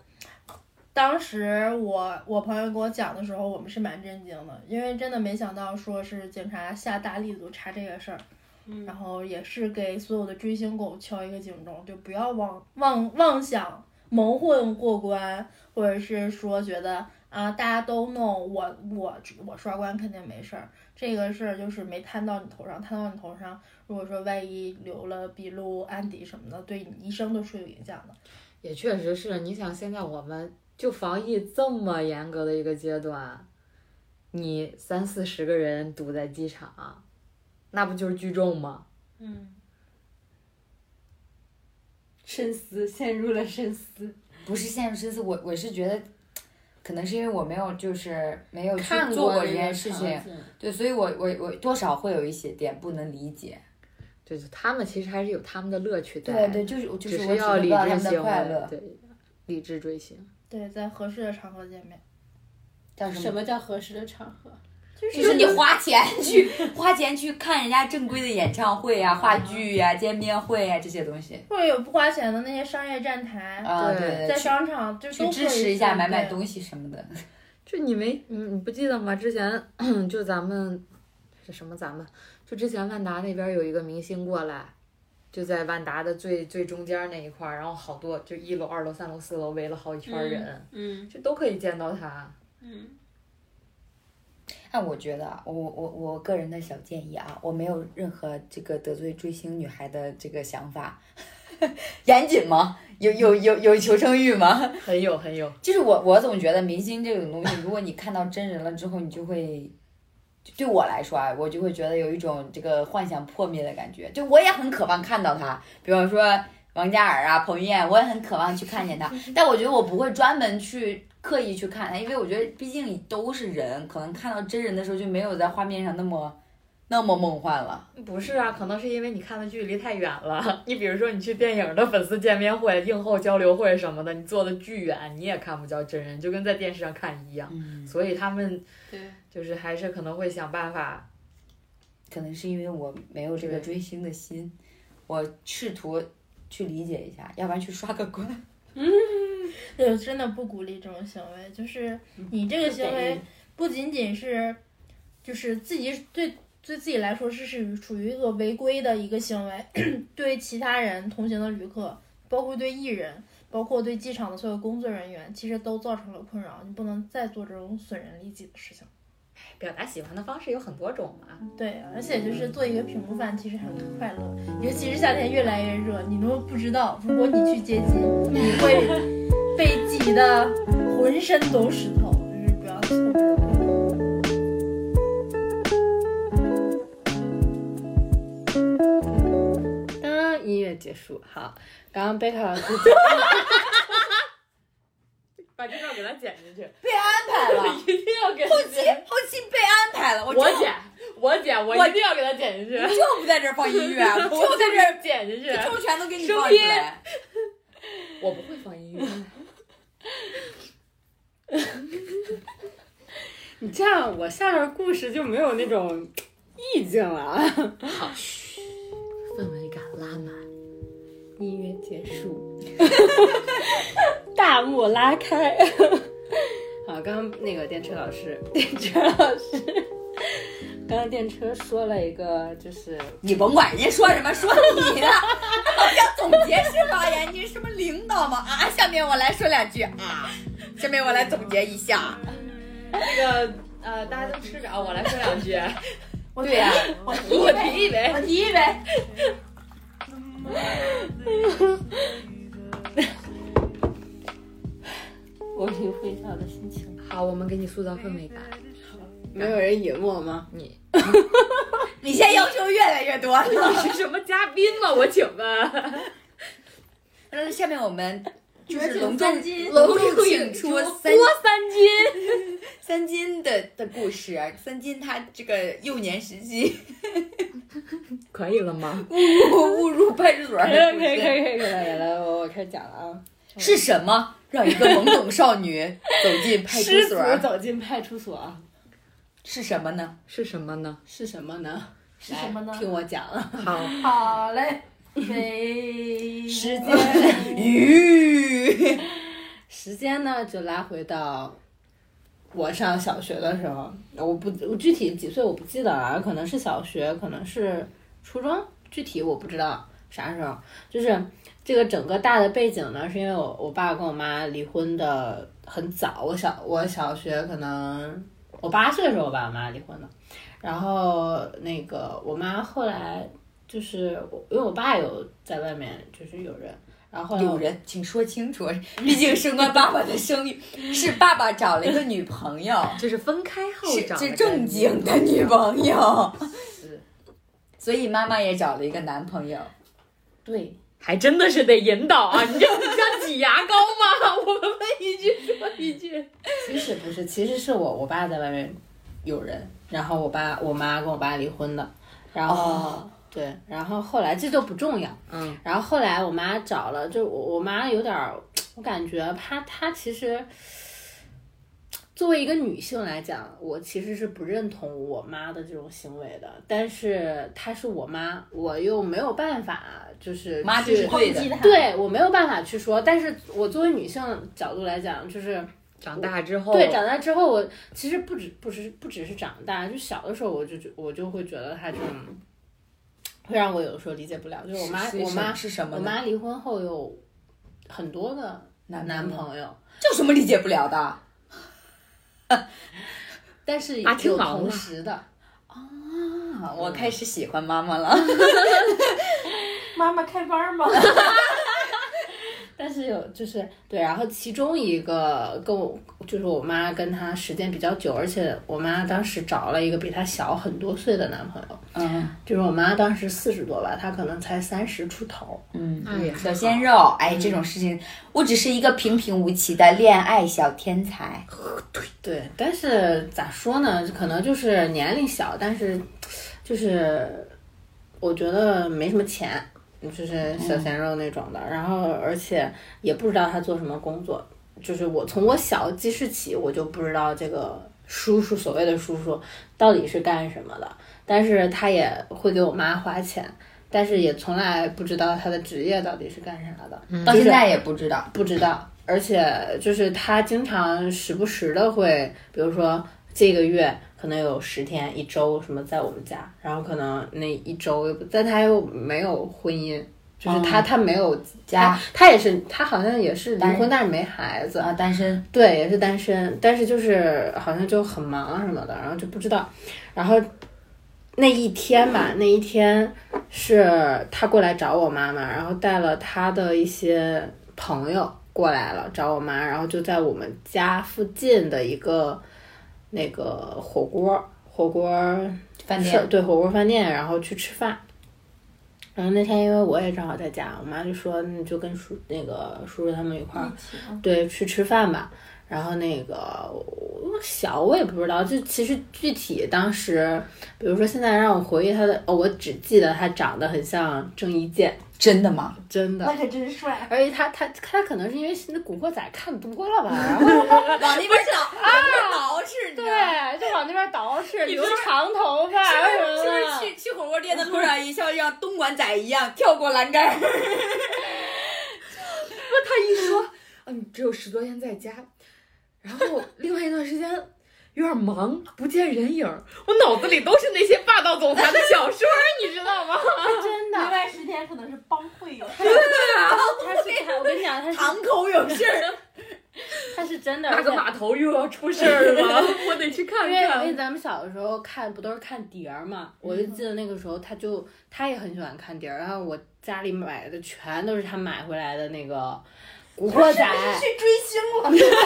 [SPEAKER 3] 当时我我朋友给我讲的时候，我们是蛮震惊的，因为真的没想到说是警察下大力度查这个事儿，
[SPEAKER 4] 嗯
[SPEAKER 3] 然后也是给所有的追星狗敲一个警钟，就不要妄妄妄想蒙混过关，或者是说觉得啊大家都弄我我我刷关肯定没事儿，这个事儿就是没摊到你头上，摊到你头上，如果说万一留了笔录、案底什么的，对你一生都是有影响的。
[SPEAKER 1] (laughs) 也确实是，你想现在我们就防疫这么严格的一个阶段，你三四十个人堵在机场，那不就是聚众吗？
[SPEAKER 4] 嗯，深思，陷入了深思。
[SPEAKER 2] (laughs) 不是陷入深思，我我是觉得。可能是因为我没有，就是没有去
[SPEAKER 4] 看
[SPEAKER 2] 做
[SPEAKER 4] 呃过
[SPEAKER 2] 过
[SPEAKER 4] 那
[SPEAKER 2] 这件
[SPEAKER 4] 个
[SPEAKER 2] 事
[SPEAKER 4] 场
[SPEAKER 2] 情，
[SPEAKER 4] 景
[SPEAKER 2] 对，所以我我我多少会有一些点不能理解。
[SPEAKER 1] 对，就他们其实还是有他们的乐趣在，
[SPEAKER 2] 对对，就是我就
[SPEAKER 1] 只
[SPEAKER 2] 我体
[SPEAKER 1] 要
[SPEAKER 2] 会
[SPEAKER 1] 理
[SPEAKER 2] 不到他
[SPEAKER 1] 智
[SPEAKER 2] 们的
[SPEAKER 1] 行
[SPEAKER 2] 快
[SPEAKER 1] 为
[SPEAKER 2] 乐，，
[SPEAKER 1] 对，理智追星，
[SPEAKER 3] 对，在合适的场合见面，
[SPEAKER 2] 叫什
[SPEAKER 4] 什
[SPEAKER 2] 么？
[SPEAKER 4] 么叫合适的场合？
[SPEAKER 3] 就
[SPEAKER 2] 就是你花钱去 (laughs) 花钱去看人家正规的演唱会呀、话剧呀、见面会啊呀这些东西
[SPEAKER 3] 或者有不花钱的那些商业站台，
[SPEAKER 2] 啊，
[SPEAKER 1] 对
[SPEAKER 2] 对
[SPEAKER 3] 在
[SPEAKER 2] 对，去
[SPEAKER 3] 商场就
[SPEAKER 2] 去
[SPEAKER 3] 都
[SPEAKER 2] 支
[SPEAKER 3] 可以
[SPEAKER 2] 持一下，
[SPEAKER 3] 去
[SPEAKER 2] 买买
[SPEAKER 3] 对
[SPEAKER 2] 东西什么的。
[SPEAKER 1] 就你没，嗯，你不记得吗？之前 (clears throat) 就咱们是什么？咱们就之前万达那边有一个明星过来，就在万达的最最中间那一块儿，然后好多就一楼、二楼、三楼、四楼围了好几圈人，
[SPEAKER 4] 嗯
[SPEAKER 1] 就都可以见到他。
[SPEAKER 4] 嗯，
[SPEAKER 2] 但我觉得啊，我我我个人的小建议啊，我没有任何这个得罪追星女孩的这个想法， (laughs) 严谨吗？有有有有求生欲吗？
[SPEAKER 1] 很有很有，
[SPEAKER 2] 就是我，我总觉得明星这种东西，如果你看到真人了之后，你就会，就对我来说啊，我就会觉得有一种这个幻想破灭的感觉。就我也很渴望看到他，比方说王嘉尔啊、彭于晏，我也很渴望去看见他，但我觉得我不会专门去刻意去看他，因为我觉得毕竟都是人，可能看到真人的时候就没有在画面上那么那么梦幻了。
[SPEAKER 1] 不是啊，可能是因为你看的距离太远了。 (laughs) 你比如说，你去电影的粉丝见面会、映后交流会什么的，你坐的巨远，你也看不着真人，就跟在电视上看一样。
[SPEAKER 2] 嗯，
[SPEAKER 1] 所以他们
[SPEAKER 4] 对，
[SPEAKER 1] 就是还是可能会想办法，
[SPEAKER 2] 可能是因为我没有这个追星的心，我试图去理解一下，要不然去刷个滚。
[SPEAKER 3] 对，真的不鼓励这种行为。就是
[SPEAKER 2] 嗯
[SPEAKER 3] 你这个行为不仅仅是，就是自己对对自己来说是是属于一个违规的一个行为， (clears throat) 对其他人同行的旅客，包括对艺人，包括对机场的所有工作人员，其实都造成了困扰。你不能再做这种损人利己的事情。
[SPEAKER 1] 表达喜欢的方式有很多种嘛。
[SPEAKER 3] 对，而且就是做一个平凡饭，其实还蛮快乐，尤其是夏天越来越热，你都不知道，如果你去接机，你会被挤得浑身都是头，就是不要错过。 (laughs)
[SPEAKER 4] 当音乐结束，好，刚刚贝卡老师
[SPEAKER 1] (laughs) 把这段给他剪进去，
[SPEAKER 2] 安排了，
[SPEAKER 1] 一定要给他
[SPEAKER 2] 后期后期被安排了，我
[SPEAKER 1] 我
[SPEAKER 2] 就
[SPEAKER 1] 剪，我剪，我
[SPEAKER 2] 我
[SPEAKER 1] 一定要给他剪进去，
[SPEAKER 2] 就不在这儿放音乐，我就在这儿
[SPEAKER 1] 剪进去。
[SPEAKER 2] 就全都给你
[SPEAKER 1] 收
[SPEAKER 2] 放出
[SPEAKER 1] 音
[SPEAKER 2] 来。
[SPEAKER 1] 我不会放音乐，
[SPEAKER 4] 你这样，我下边故事就没有那种意境了。啊
[SPEAKER 1] 氛围感拉满。
[SPEAKER 4] 音乐结束， (laughs) 大幕拉开。好，刚刚那个电车老师，电车老师，刚刚电车说了一个，就是
[SPEAKER 2] 你甭管人家说什么，说你 (laughs) 的，好像总结式发言，你是什么领导吗？啊，下面我来说两句啊，下面我来总结一下。
[SPEAKER 1] 那个呃，大家都吃着啊，我来说两句。
[SPEAKER 3] 我
[SPEAKER 2] 对呀、
[SPEAKER 3] 我提
[SPEAKER 1] 我
[SPEAKER 3] 一杯，
[SPEAKER 1] 提一杯
[SPEAKER 3] 我，提一杯。
[SPEAKER 4] 我领会到的心情。
[SPEAKER 1] (laughs) 好，我们给你塑造氛围感。
[SPEAKER 4] 没有人引我吗？
[SPEAKER 1] 你
[SPEAKER 2] 你现在要求越来越多了。
[SPEAKER 1] 你是什么嘉宾吗？我请问。
[SPEAKER 2] 那下面我们就是
[SPEAKER 3] 绝
[SPEAKER 2] 隆
[SPEAKER 3] 顶
[SPEAKER 2] 重
[SPEAKER 3] 三金
[SPEAKER 2] 隆重请出三
[SPEAKER 1] 三金，
[SPEAKER 2] (laughs) 三金的的故事。三金他这个幼年时期
[SPEAKER 1] (laughs) 可以了吗？
[SPEAKER 2] 误入误入派出所
[SPEAKER 4] 哎可
[SPEAKER 2] 的
[SPEAKER 4] 以
[SPEAKER 2] 故
[SPEAKER 4] 可以可
[SPEAKER 2] 事
[SPEAKER 4] 以可以来来，我我开始讲了啊。
[SPEAKER 2] 是什么让一个懵懂少女走进派出
[SPEAKER 4] 狮子
[SPEAKER 2] 所？
[SPEAKER 4] 走进派出所
[SPEAKER 2] 是什么呢？
[SPEAKER 1] 是什么呢？
[SPEAKER 4] 是什么呢？
[SPEAKER 3] 是什么呢
[SPEAKER 4] 来听我讲啊。
[SPEAKER 1] 好，
[SPEAKER 3] 好嘞，杯。
[SPEAKER 4] 时间，
[SPEAKER 2] 鱼。
[SPEAKER 4] 时间呢就拉回到我上小学的时候，我不我具体几岁我不记得了，可能是小学，可能是初中，具体我不知道啥时候。就是这个整个大的背景呢，是因为我我爸跟我妈离婚的很早，我小我小学可能我八岁的时候，我爸我妈离婚的。然后那个我妈后来就是我，因为我爸有在外面就是有人，然后后来我
[SPEAKER 2] 有人，请说清楚，毕竟事关爸爸的声誉，是爸爸找了一个女朋友，
[SPEAKER 1] 这是分开后
[SPEAKER 2] 是
[SPEAKER 1] 长的
[SPEAKER 2] 是正经的女朋友，
[SPEAKER 4] 是
[SPEAKER 2] (laughs) 所以妈妈也找了一个男朋友。
[SPEAKER 4] 对，
[SPEAKER 1] 还真的是得引导啊！你这你像挤牙膏吗？我们问一句，问一句。
[SPEAKER 4] (laughs) 其实不是，其实是我我爸在外面有人，然后我爸我妈跟我爸离婚的，然后、
[SPEAKER 2] 哦
[SPEAKER 4] 对，然后后来这都不重要，
[SPEAKER 1] 嗯，
[SPEAKER 4] 然后后来我妈找了，就我我妈有点儿，我感觉她她其实作为一个女性来讲，我其实是不认同我妈的这种行为的，但是她是我妈，我又没有办法，就是
[SPEAKER 2] 妈
[SPEAKER 4] 去
[SPEAKER 2] 就是对
[SPEAKER 3] 抨
[SPEAKER 2] 的
[SPEAKER 3] 击他。
[SPEAKER 4] 对我没有办法去说，但是我作为女性角度来讲，就是。
[SPEAKER 1] 长大之后，
[SPEAKER 4] 对，长大之后我其实不止不只不只是长大，就小的时候我就觉我就会觉得他这种，会让我有时候理解不了。就是我妈
[SPEAKER 2] 是
[SPEAKER 4] 我妈
[SPEAKER 2] 是什么
[SPEAKER 4] 我
[SPEAKER 2] 呢？
[SPEAKER 4] 妈离婚后有很多个
[SPEAKER 2] 男
[SPEAKER 4] 男
[SPEAKER 2] 友，
[SPEAKER 4] 朋友，
[SPEAKER 2] 这有什么理解不了的？
[SPEAKER 4] 但是
[SPEAKER 1] 啊听
[SPEAKER 4] 有
[SPEAKER 1] 懂
[SPEAKER 4] 同
[SPEAKER 1] 了
[SPEAKER 4] 时的，
[SPEAKER 2] 啊我开始喜欢妈妈了。
[SPEAKER 3] 妈妈开班吗？ (laughs)
[SPEAKER 4] 但是有就是对，然后其中一个跟我就是我妈跟她时间比较久，而且我妈当时找了一个比她小很多岁的男朋友，
[SPEAKER 2] 嗯
[SPEAKER 4] 就是我妈当时四十多吧，她可能才三十出头，
[SPEAKER 2] 嗯，
[SPEAKER 1] 哎呀，
[SPEAKER 2] 小鲜肉，哎，这种事情，我只是一个平平无奇的恋爱小天才。
[SPEAKER 4] 对，但是咋说呢？可能就是年龄小，但是就是我觉得没什么钱，就是小鲜肉那种的。然后，而且也不知道他做什么工作。就是我从我小记事起，我就不知道这个叔叔所谓的叔叔到底是干什么的。但是他也会给我妈花钱，但是也从来不知道他的职业到底是干啥的。
[SPEAKER 2] 到现在也不知道，
[SPEAKER 4] 不知道，而且就是他经常时不时的会，比如说这个月可能有十天、一周什么在我们家，然后可能那一周又不，但他又没有婚姻，就是他、他没有
[SPEAKER 2] 家
[SPEAKER 4] 他也是他好像也是离
[SPEAKER 2] 单
[SPEAKER 4] 婚，但是没孩子，
[SPEAKER 2] 啊，单身，
[SPEAKER 4] 对，也是单身，但是就是好像就很忙啊什么的，然后就不知道。然后那一天吧，那一天是他过来找我妈妈，然后带了他的一些朋友过来了找我妈，然后就在我们家附近的一个那个火锅火锅
[SPEAKER 2] 饭
[SPEAKER 4] 是
[SPEAKER 2] 店
[SPEAKER 4] 对火锅饭店，然后去吃饭。然后那天因为我也正好在家，我妈就说那就跟叔那个叔叔他们一块儿对，去吃饭吧。然后那个我小我也不知道，就其实具体当时，比如说现在让我回忆他的，哦，我只记得他长得很像郑伊健，
[SPEAKER 2] 真的吗？
[SPEAKER 4] 真的。
[SPEAKER 3] 那可真帅。
[SPEAKER 4] 而且他他他可能是因为那《古惑仔》看多了吧，然后
[SPEAKER 2] 往那边 (laughs) 倒，往那边倒饬，对啊
[SPEAKER 4] 对，就往那边捯饬，留长头发什么
[SPEAKER 2] (laughs) 是不是去去火锅店的路上，也像像东莞仔一样跳过栏杆儿？
[SPEAKER 1] 一说，嗯，只有十多天在家，然后另外一段时间有点忙，不见人影儿，我脑子里都是那些霸道总裁的小说儿，你知道吗？
[SPEAKER 4] 真
[SPEAKER 5] 另
[SPEAKER 4] 的，
[SPEAKER 5] 外十天可能是帮会有
[SPEAKER 4] 他是他，我跟你讲，他是
[SPEAKER 5] 堂口有
[SPEAKER 2] (laughs)
[SPEAKER 5] 事儿，
[SPEAKER 4] 他是真的，
[SPEAKER 1] 那
[SPEAKER 4] 而且
[SPEAKER 1] 个码头又要出事儿了，我得去看
[SPEAKER 4] 因为因为
[SPEAKER 1] 看。
[SPEAKER 4] 咱们小的时候看不都是看碟儿嘛，我就记得那个时候他就他也很喜欢看碟儿，然后我家里买的全都是他买回来的那个《古惑仔》， (laughs)
[SPEAKER 5] 去追星
[SPEAKER 3] (laughs)
[SPEAKER 5] 了， (laughs)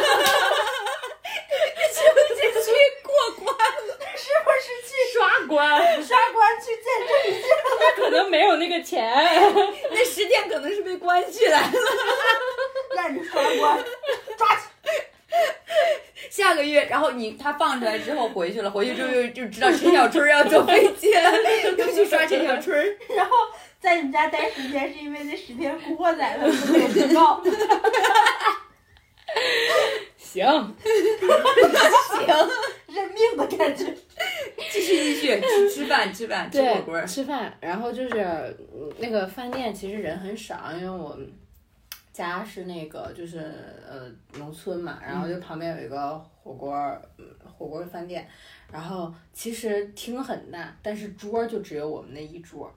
[SPEAKER 1] 刷关，
[SPEAKER 5] 刷关去见证，
[SPEAKER 4] 可能没有那个钱。
[SPEAKER 2] 那十天可能是被关起来了，
[SPEAKER 5] 烂着刷关，抓起。
[SPEAKER 2] (laughs) 下个月，然后你他放出来之后回去了，回去之后就就知道陈小春要坐飞机 (laughs) 了，又去刷陈小春。
[SPEAKER 5] 然后在你们家待十天，是因为那十天古惑仔的那个广告。
[SPEAKER 4] (laughs) 行，
[SPEAKER 2] 行，
[SPEAKER 5] 认命的感觉。
[SPEAKER 2] 继续继续，吃吃饭吃饭吃火锅
[SPEAKER 4] 对，。吃饭，然后就是嗯那个饭店其实人很少，因为我们家是那个就是呃农村嘛，
[SPEAKER 2] 嗯
[SPEAKER 4] 然后就旁边有一个火锅儿嗯火锅儿饭店，然后其实厅很大，但是桌儿就只有我们那一桌儿，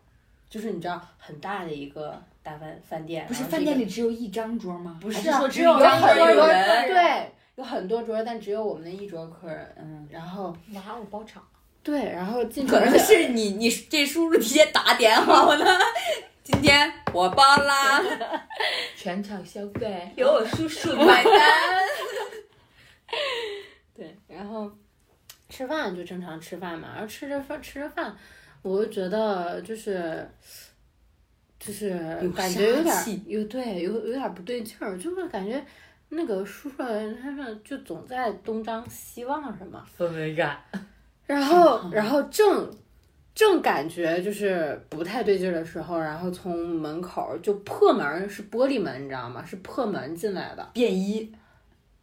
[SPEAKER 4] 就是你知道很大的一个大饭饭店，然后这个
[SPEAKER 2] 只有一张桌吗？
[SPEAKER 4] 不
[SPEAKER 2] 还
[SPEAKER 4] 是
[SPEAKER 2] 是
[SPEAKER 4] 啊
[SPEAKER 2] 说只
[SPEAKER 4] 有
[SPEAKER 2] 有一张桌
[SPEAKER 4] 很多
[SPEAKER 2] 有
[SPEAKER 4] 桌
[SPEAKER 2] 人
[SPEAKER 4] 儿，对，有很多桌儿，但只有我们那一桌儿客人，嗯，然后
[SPEAKER 1] 哇哦，包场！
[SPEAKER 4] 对，然后进去
[SPEAKER 2] (laughs) 可能
[SPEAKER 4] 而且
[SPEAKER 2] 是你你这叔叔提前打点好了，今天我包啦，
[SPEAKER 1] 全场消费由我叔叔
[SPEAKER 2] 买单。
[SPEAKER 4] 对，然后吃饭就正常吃饭嘛，然后吃着饭吃着饭，我就觉得就是就是
[SPEAKER 2] 有
[SPEAKER 4] 感觉有点
[SPEAKER 2] 杀
[SPEAKER 4] 儿
[SPEAKER 2] 气
[SPEAKER 4] 有对有有点儿不对劲儿，就是感觉那个叔叔啊他们就总在东张西望什么，嗯
[SPEAKER 1] 氛围感，
[SPEAKER 4] 然后然后正。正感觉就是不太对劲儿的时候，然后从门口儿就破门儿是玻璃门，你知道吗？是破门进来的，
[SPEAKER 2] 便衣，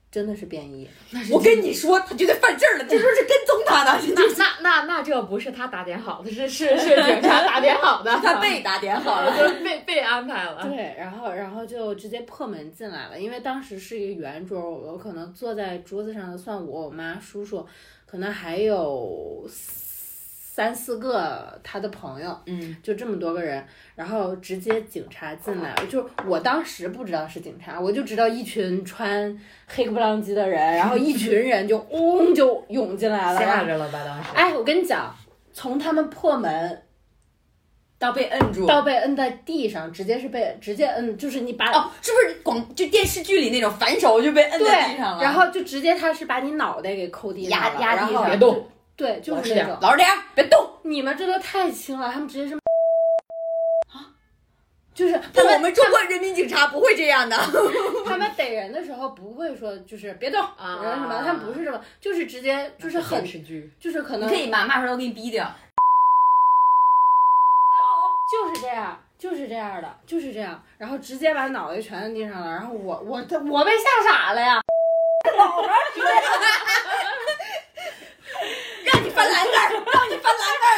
[SPEAKER 4] 真的是便衣。
[SPEAKER 2] 我跟你说，他绝对犯事儿了，这就是跟踪他的， (laughs)
[SPEAKER 1] 那那那那这不是他打点好的，是是是警察打点好的，
[SPEAKER 2] 他
[SPEAKER 1] (laughs)
[SPEAKER 2] 被打点好了。
[SPEAKER 1] 被被安排
[SPEAKER 2] 啊
[SPEAKER 1] 了。
[SPEAKER 4] 对，然后然后就直接破门进来了，因为当时是一个圆桌，我我可能坐在桌子上的算我、我妈、叔叔，可能还有三四个他的朋友，
[SPEAKER 2] 嗯，
[SPEAKER 4] 就这么多个人，然后直接警察进来，就我当时不知道是警察，我就知道一群穿黑不浪叽的人，然后一群人
[SPEAKER 2] (laughs)
[SPEAKER 4] 就嗡就涌进来了，然
[SPEAKER 1] 吓
[SPEAKER 4] 后
[SPEAKER 1] 着了吧？当时
[SPEAKER 4] 哎，我跟你讲，从他们破门
[SPEAKER 2] 到被摁住。
[SPEAKER 4] 到被摁在地上，直接是被直接摁，就是你把
[SPEAKER 2] 哦，是不是广就电视剧里那种反手就被摁
[SPEAKER 4] 对
[SPEAKER 2] 在地上了？
[SPEAKER 4] 然后就直接他是把你脑袋给抠地上
[SPEAKER 2] 压
[SPEAKER 4] 了
[SPEAKER 2] 压地
[SPEAKER 4] 然后
[SPEAKER 2] 上
[SPEAKER 1] 别动，
[SPEAKER 4] 对，就
[SPEAKER 1] 老实
[SPEAKER 4] 是那
[SPEAKER 1] 点
[SPEAKER 4] 种。
[SPEAKER 2] 老实点儿，别动。
[SPEAKER 4] 你们这都太轻了，他们直接是啊
[SPEAKER 2] 就是我们中国人民警察不会这样的。
[SPEAKER 4] 他们逮人的时候不会说就是别动
[SPEAKER 1] 啊
[SPEAKER 4] 然后什么，他们不是这么，就是直接就是很
[SPEAKER 1] 电视剧，
[SPEAKER 4] 就是可
[SPEAKER 2] 你
[SPEAKER 4] 能
[SPEAKER 2] 可 (laughs) 以骂骂出来，我给你逼掉。
[SPEAKER 4] 就是这样。就是这样的，就是这样，然后直接把脑袋全摁地上了，然后我我我被吓傻 (laughs) 了呀，
[SPEAKER 2] 让你翻栏杆儿，让你翻栏杆儿。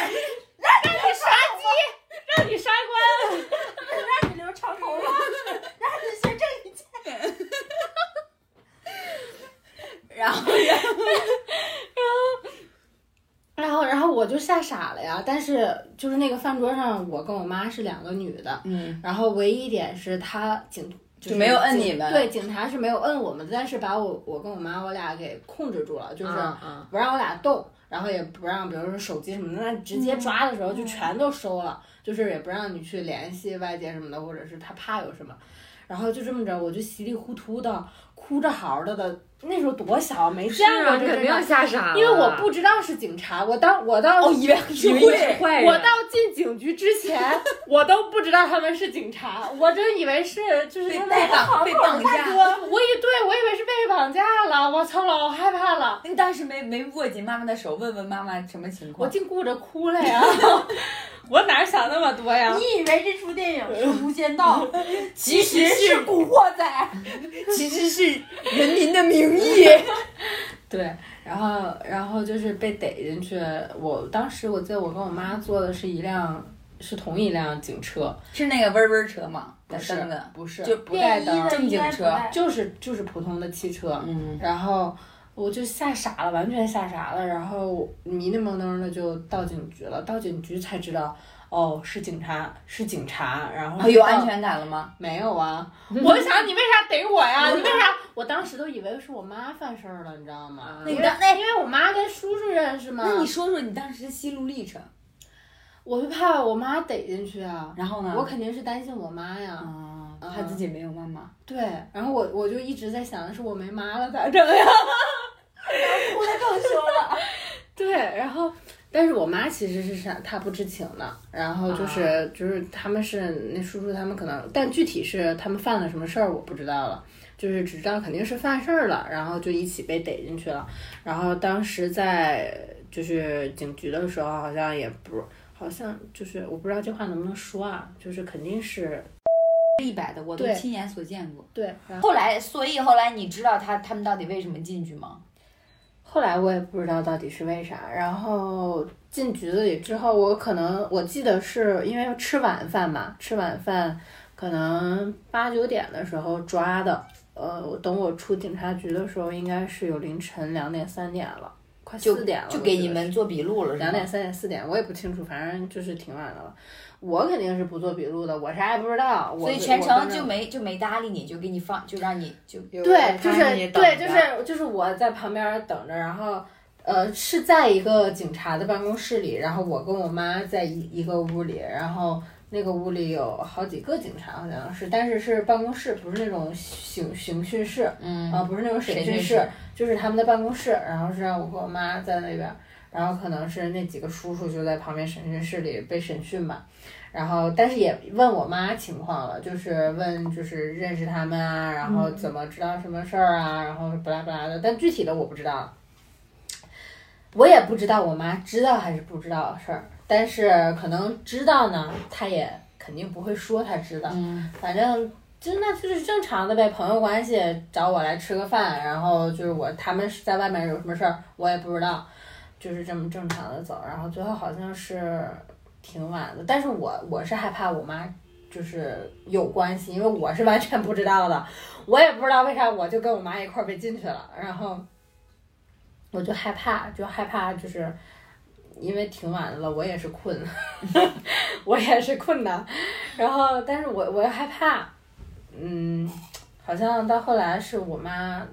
[SPEAKER 4] 让你杀
[SPEAKER 5] 让你留长头发，让你学这一切。
[SPEAKER 2] 然后
[SPEAKER 4] 关， (laughs) 然后然后我就吓傻了呀，但是就是那个饭桌上，我跟我妈是两个女的，
[SPEAKER 2] 嗯，
[SPEAKER 4] 然后唯一一点是他警
[SPEAKER 2] 就没有摁
[SPEAKER 4] 警
[SPEAKER 2] 你们
[SPEAKER 4] 对，警察是没有摁我们，但是把我我跟我妈我俩给控制住了，
[SPEAKER 2] 嗯
[SPEAKER 4] 就是
[SPEAKER 1] 啊
[SPEAKER 4] 不让我俩动，然后也不让比如说手机什么的，那直接抓的时候就全都收了，就是也不让你去联系外界什么的，或者是他怕有什么。然后就这么着，我就稀里糊涂的哭着嚎着的，那时候多小，没
[SPEAKER 1] 是
[SPEAKER 4] 见过
[SPEAKER 1] 啊，
[SPEAKER 4] 这
[SPEAKER 1] 肯
[SPEAKER 4] 真
[SPEAKER 1] 定
[SPEAKER 4] 的，
[SPEAKER 1] 吓傻了，
[SPEAKER 4] 因为我不知道是警察，我当我当
[SPEAKER 2] (laughs) 啊哦，以为
[SPEAKER 1] 以为是坏人，
[SPEAKER 4] 我到进警局之前，我都不知道他们是警察，我真以为是就是
[SPEAKER 2] 被
[SPEAKER 4] 他们。
[SPEAKER 2] 被绑被绑架。
[SPEAKER 4] 我以对我以为是被绑架了，我操，老害怕了，
[SPEAKER 2] 你当时没没握紧妈妈的手，问问妈妈什么情
[SPEAKER 4] 我
[SPEAKER 2] 况？
[SPEAKER 4] 净顾着哭了呀，我哪想那么多呀？
[SPEAKER 5] 你以为这出电影是《无间道》，
[SPEAKER 2] 其
[SPEAKER 5] 其
[SPEAKER 2] 实
[SPEAKER 5] 实是《古惑仔》。
[SPEAKER 2] (laughs) 其实是人民的名义。
[SPEAKER 4] 对，然后然后就是被逮进去，我当时我记得我跟我妈坐的是一辆是同一辆警车，
[SPEAKER 2] (laughs) 是那个嗡嗡车吗？
[SPEAKER 4] 不
[SPEAKER 2] 带
[SPEAKER 4] 是
[SPEAKER 2] 灯的，
[SPEAKER 4] 不是
[SPEAKER 2] 就
[SPEAKER 4] 不带
[SPEAKER 5] 便衣
[SPEAKER 4] 灯，
[SPEAKER 5] 的
[SPEAKER 2] 正
[SPEAKER 5] 应
[SPEAKER 2] 经
[SPEAKER 5] 该不
[SPEAKER 2] 车
[SPEAKER 5] 带。
[SPEAKER 4] 就是就是普通的汽车，
[SPEAKER 2] 嗯，
[SPEAKER 4] 然后我就吓傻了，完全吓傻了，然后迷迷蒙蒙的就到警局了，到警局才知道。哦，是警察，是警察，然后
[SPEAKER 2] 啊有
[SPEAKER 4] 到
[SPEAKER 2] 安全感了吗？
[SPEAKER 4] 没有
[SPEAKER 2] (laughs)
[SPEAKER 4] 啊？我想你为啥逮我呀？你为啥？我当时都以为是我妈犯事儿了，你知道吗？
[SPEAKER 2] (laughs) 那你
[SPEAKER 4] 因为
[SPEAKER 2] 当那
[SPEAKER 4] 因为我妈跟叔叔认识嘛，
[SPEAKER 2] 那你说说你当时的心路历程，
[SPEAKER 4] 我就怕我妈逮进去啊，
[SPEAKER 2] 然后呢？
[SPEAKER 4] 我肯定是担心我妈呀。
[SPEAKER 2] 啊，
[SPEAKER 4] 嗯
[SPEAKER 2] 他自己没有妈妈，
[SPEAKER 4] 对，然后我我就一直在想，是我没妈了咋整呀？
[SPEAKER 5] (laughs) 哭的更凶了。
[SPEAKER 4] (laughs) 对，然后但是我妈其实是啥，她不知情的，然后
[SPEAKER 5] 啊
[SPEAKER 4] 就是、就是他们是那叔叔他们可能，但具体是他们犯了什么事儿我不知道了，就是只知道肯定是犯事儿了，然后就一起被逮进去了，然后当时在就是警局的时候好像也不。好像就是我不知道这话能不能说啊，就是肯定是
[SPEAKER 2] 一百的我都
[SPEAKER 4] 对
[SPEAKER 2] 亲眼所见过。
[SPEAKER 4] 对。然后
[SPEAKER 2] 后来，所以后来你知道他他们到底为什么进去吗？
[SPEAKER 4] 后来我也不知道到底是为啥，然后进局子里之后，我可能我记得是因为吃晚饭嘛，吃晚饭可能八九点的时候抓的，呃，我等我出警察局的时候，应该是有凌晨两点三点了，快
[SPEAKER 2] 就
[SPEAKER 4] 四点了，
[SPEAKER 2] 就
[SPEAKER 4] 我
[SPEAKER 2] 给
[SPEAKER 4] 觉
[SPEAKER 2] 你
[SPEAKER 4] 得
[SPEAKER 2] 们做笔录了，是吗
[SPEAKER 4] 两点、三点、四点，我也不清楚，反正就是挺晚的了。我肯定是不做笔录的，我啥也不知道，我
[SPEAKER 2] 所以全程
[SPEAKER 4] 没。我跟着
[SPEAKER 2] 就没就没搭理你，就给你放，就让你就
[SPEAKER 4] 对，就是对，就是就是我在旁边等着，然后呃是在一个警察的办公室里，然后我跟我妈在一一个屋里，然后那个屋里有好几个警察，好像是，但是是办公室，不是那种刑刑讯室啊、
[SPEAKER 2] 嗯，
[SPEAKER 4] 不是那种审
[SPEAKER 2] 审
[SPEAKER 4] 讯
[SPEAKER 2] 讯
[SPEAKER 4] 室，就是他们的办公室，然后是让我跟我妈在那边，然后可能是那几个叔叔就在旁边审讯室里被审讯吧，然后但是也问我妈情况了，就是问就是认识他们啊，然后怎么知道什么事儿啊，然后不拉不拉的，但具体的我不知道，我也不知道我妈知道还是不知道的事儿，但是可能知道呢，她也肯定不会说她知道，
[SPEAKER 2] 嗯
[SPEAKER 4] 反正就那就是正常的呗，朋友关系找我来吃个饭，然后就是我他们是在外面有什么事儿，我也不知道，就是这么正常的走，然后最后好像是挺晚的，但是我我是害怕我妈。就是有关系，因为我是完全不知道的，我也不知道为啥我就跟我妈一块儿被进去了，然后我就害怕，就害怕，就是因为挺晚的了，我也是困， (laughs) 我也是困的，然后，但是我我又害怕，嗯，好像到后来是我妈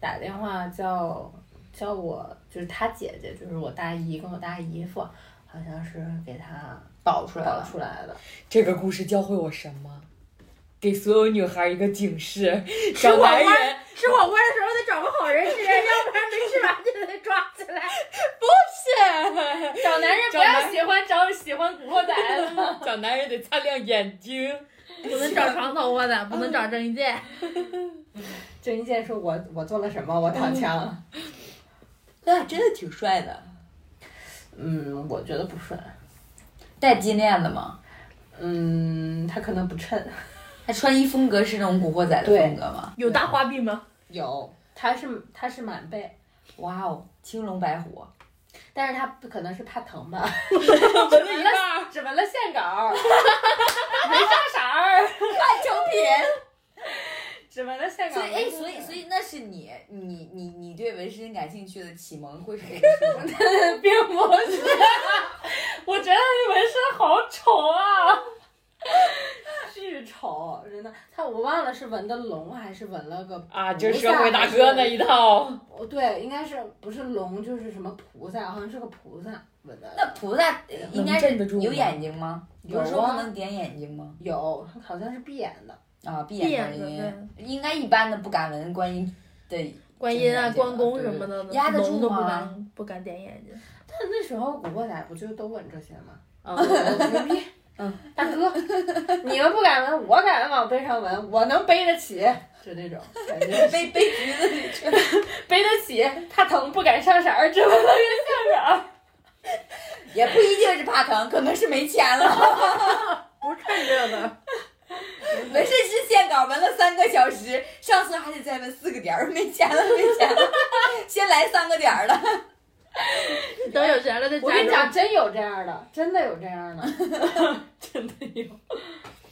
[SPEAKER 4] 打电话叫叫我，就是她姐姐，就是我大姨跟我大姨夫，好像是给她
[SPEAKER 2] 爆出来
[SPEAKER 4] 搞
[SPEAKER 2] 了。
[SPEAKER 4] 出来的。
[SPEAKER 1] 这个故事教会我什么？给所有女孩一个警示： (laughs) 找男人
[SPEAKER 5] 吃火锅的时候得找个好人吃，要不然没吃完就得抓起来。
[SPEAKER 4] 找男人不要喜欢找喜欢古惑仔 (laughs) 了。
[SPEAKER 1] (laughs) 找男人得擦亮眼睛。
[SPEAKER 3] 不能找长头发的，不能找郑伊健。
[SPEAKER 4] 郑伊健说我我做了什么？我躺枪。
[SPEAKER 2] 那啊真的挺帅的，
[SPEAKER 4] (laughs) 嗯，我觉得不顺。
[SPEAKER 2] 戴金链子吗？
[SPEAKER 4] 嗯，他可能不衬。
[SPEAKER 2] 他穿衣风格是那种古惑仔的
[SPEAKER 4] 对
[SPEAKER 2] 风格吗？
[SPEAKER 3] 有大花臂吗？
[SPEAKER 4] 有，他是他是满背。
[SPEAKER 2] 哇哦，青龙白虎，
[SPEAKER 4] 但是他不可能是怕疼吧？只纹了只纹了线稿儿，没上色儿，
[SPEAKER 2] 半成品。
[SPEAKER 4] 只纹了线稿儿。
[SPEAKER 2] 哎所以，哎，所以，所以那是你，你，你，你对纹身感兴趣的启蒙会是哪个
[SPEAKER 4] 以
[SPEAKER 2] 书？
[SPEAKER 4] 并不是，我觉得那纹身好丑啊，巨丑，真的。他我忘了是纹的龙还是纹了个
[SPEAKER 1] 啊，就是社会大哥那一套。
[SPEAKER 4] 哦，对，应该是不是龙就是什么菩萨，好像是个菩萨纹的。
[SPEAKER 2] (laughs) 那菩萨应该是
[SPEAKER 1] 能镇得住吗
[SPEAKER 2] 有眼睛吗？
[SPEAKER 4] 有啊
[SPEAKER 2] 不是说不能点眼睛吗？
[SPEAKER 4] 有，好像是闭眼的。
[SPEAKER 2] 啊，闭
[SPEAKER 3] 闭
[SPEAKER 2] 眼
[SPEAKER 3] 眼
[SPEAKER 2] 观音
[SPEAKER 3] 的，
[SPEAKER 2] 应该一般的不敢闻观音的。
[SPEAKER 3] 观音啊，
[SPEAKER 2] 真的
[SPEAKER 3] 关公什么的呢，
[SPEAKER 2] 对压得住吗
[SPEAKER 3] 聋都不敢不敢点眼睛。
[SPEAKER 4] 但那时候古惑仔不就都纹这些吗？
[SPEAKER 1] 啊，
[SPEAKER 4] 牛逼！嗯，大哥，你们不敢纹，我敢往背上纹，我能背得起，就那种感觉，
[SPEAKER 2] 背背橘子里去，
[SPEAKER 4] (laughs) 背得起。怕疼不敢上色儿，只纹了个线稿。
[SPEAKER 2] 也不一定是怕疼，可能是没钱了。
[SPEAKER 3] 不是看这个，
[SPEAKER 2] 纹身师线稿纹了三个小时，上次还得再纹四个点儿，没钱了，没钱了，先来三个点儿了。
[SPEAKER 3] (laughs) 等有钱了再
[SPEAKER 4] 我跟你
[SPEAKER 3] 加
[SPEAKER 4] 讲，
[SPEAKER 3] 入。
[SPEAKER 4] 真有这样的，真的有这样的， (laughs) 真的有，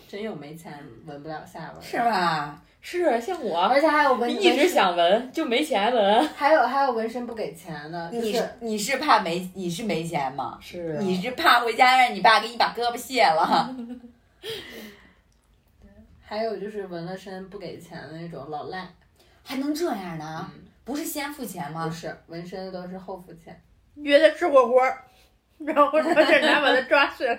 [SPEAKER 4] 真有没钱闻不了下巴的
[SPEAKER 2] 是？啊吧？
[SPEAKER 1] 是啊像我，
[SPEAKER 4] 而且还有 (laughs) 纹，
[SPEAKER 1] 一直
[SPEAKER 4] 纹身，
[SPEAKER 1] 想纹就没钱纹。
[SPEAKER 4] 还有还有纹身不给钱的，就
[SPEAKER 2] 你
[SPEAKER 4] 是
[SPEAKER 2] 是你是怕没你是没钱吗？
[SPEAKER 1] 是啊
[SPEAKER 2] 你是怕回家让你爸给你把胳膊卸了？
[SPEAKER 4] 还有就是纹了身不给钱的那种老赖，
[SPEAKER 2] 还能这样呢？
[SPEAKER 4] 嗯，
[SPEAKER 2] 不是先付钱
[SPEAKER 4] 不
[SPEAKER 2] 吗？
[SPEAKER 4] 是纹身都是后付钱，
[SPEAKER 3] 约他吃火锅，然后找警察把他抓去了。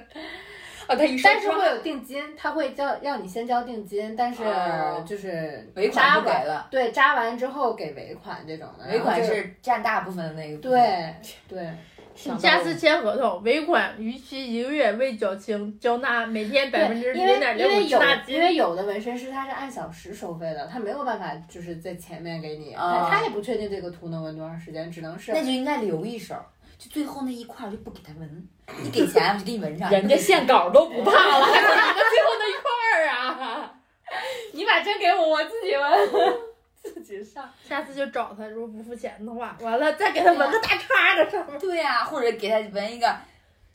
[SPEAKER 1] 啊，他一说
[SPEAKER 4] 但是会有定金，他会交要你先交定金，但是
[SPEAKER 2] 哦
[SPEAKER 4] 就是
[SPEAKER 2] 尾款不给
[SPEAKER 4] 扎完
[SPEAKER 2] 了，
[SPEAKER 4] 对，扎完之后给尾款啊这种的，
[SPEAKER 2] 尾款
[SPEAKER 4] 然后就是
[SPEAKER 2] 占大部分的那个部分。
[SPEAKER 4] 对 (laughs) 对，
[SPEAKER 1] 想
[SPEAKER 3] 你
[SPEAKER 1] 到
[SPEAKER 3] 下次签合同，尾款逾期一个月未缴清，交纳每天百分
[SPEAKER 4] 对
[SPEAKER 3] 之零
[SPEAKER 4] 因为
[SPEAKER 3] 点
[SPEAKER 4] 因
[SPEAKER 3] 零
[SPEAKER 4] 为
[SPEAKER 3] 五滞
[SPEAKER 4] 有
[SPEAKER 3] 纳
[SPEAKER 4] 因
[SPEAKER 3] 金。
[SPEAKER 4] 为有的纹身师他是按小时收费的，他没有办法就是在前面给你，
[SPEAKER 2] 哦
[SPEAKER 4] 他他也不确定这个图能纹多长时间，只能是
[SPEAKER 2] 那就应该留一手，就最后那一块儿就不给他纹。你给钱我就给你纹上。
[SPEAKER 1] 人家线稿都不怕了，还拿个最后那一块儿啊？
[SPEAKER 4] 你把针给我，我自己纹， (laughs) 自己上。
[SPEAKER 3] 下次就找他，如果不付钱的话，完了再给他纹个大叉在上面。
[SPEAKER 2] 对呀、或者给他纹一个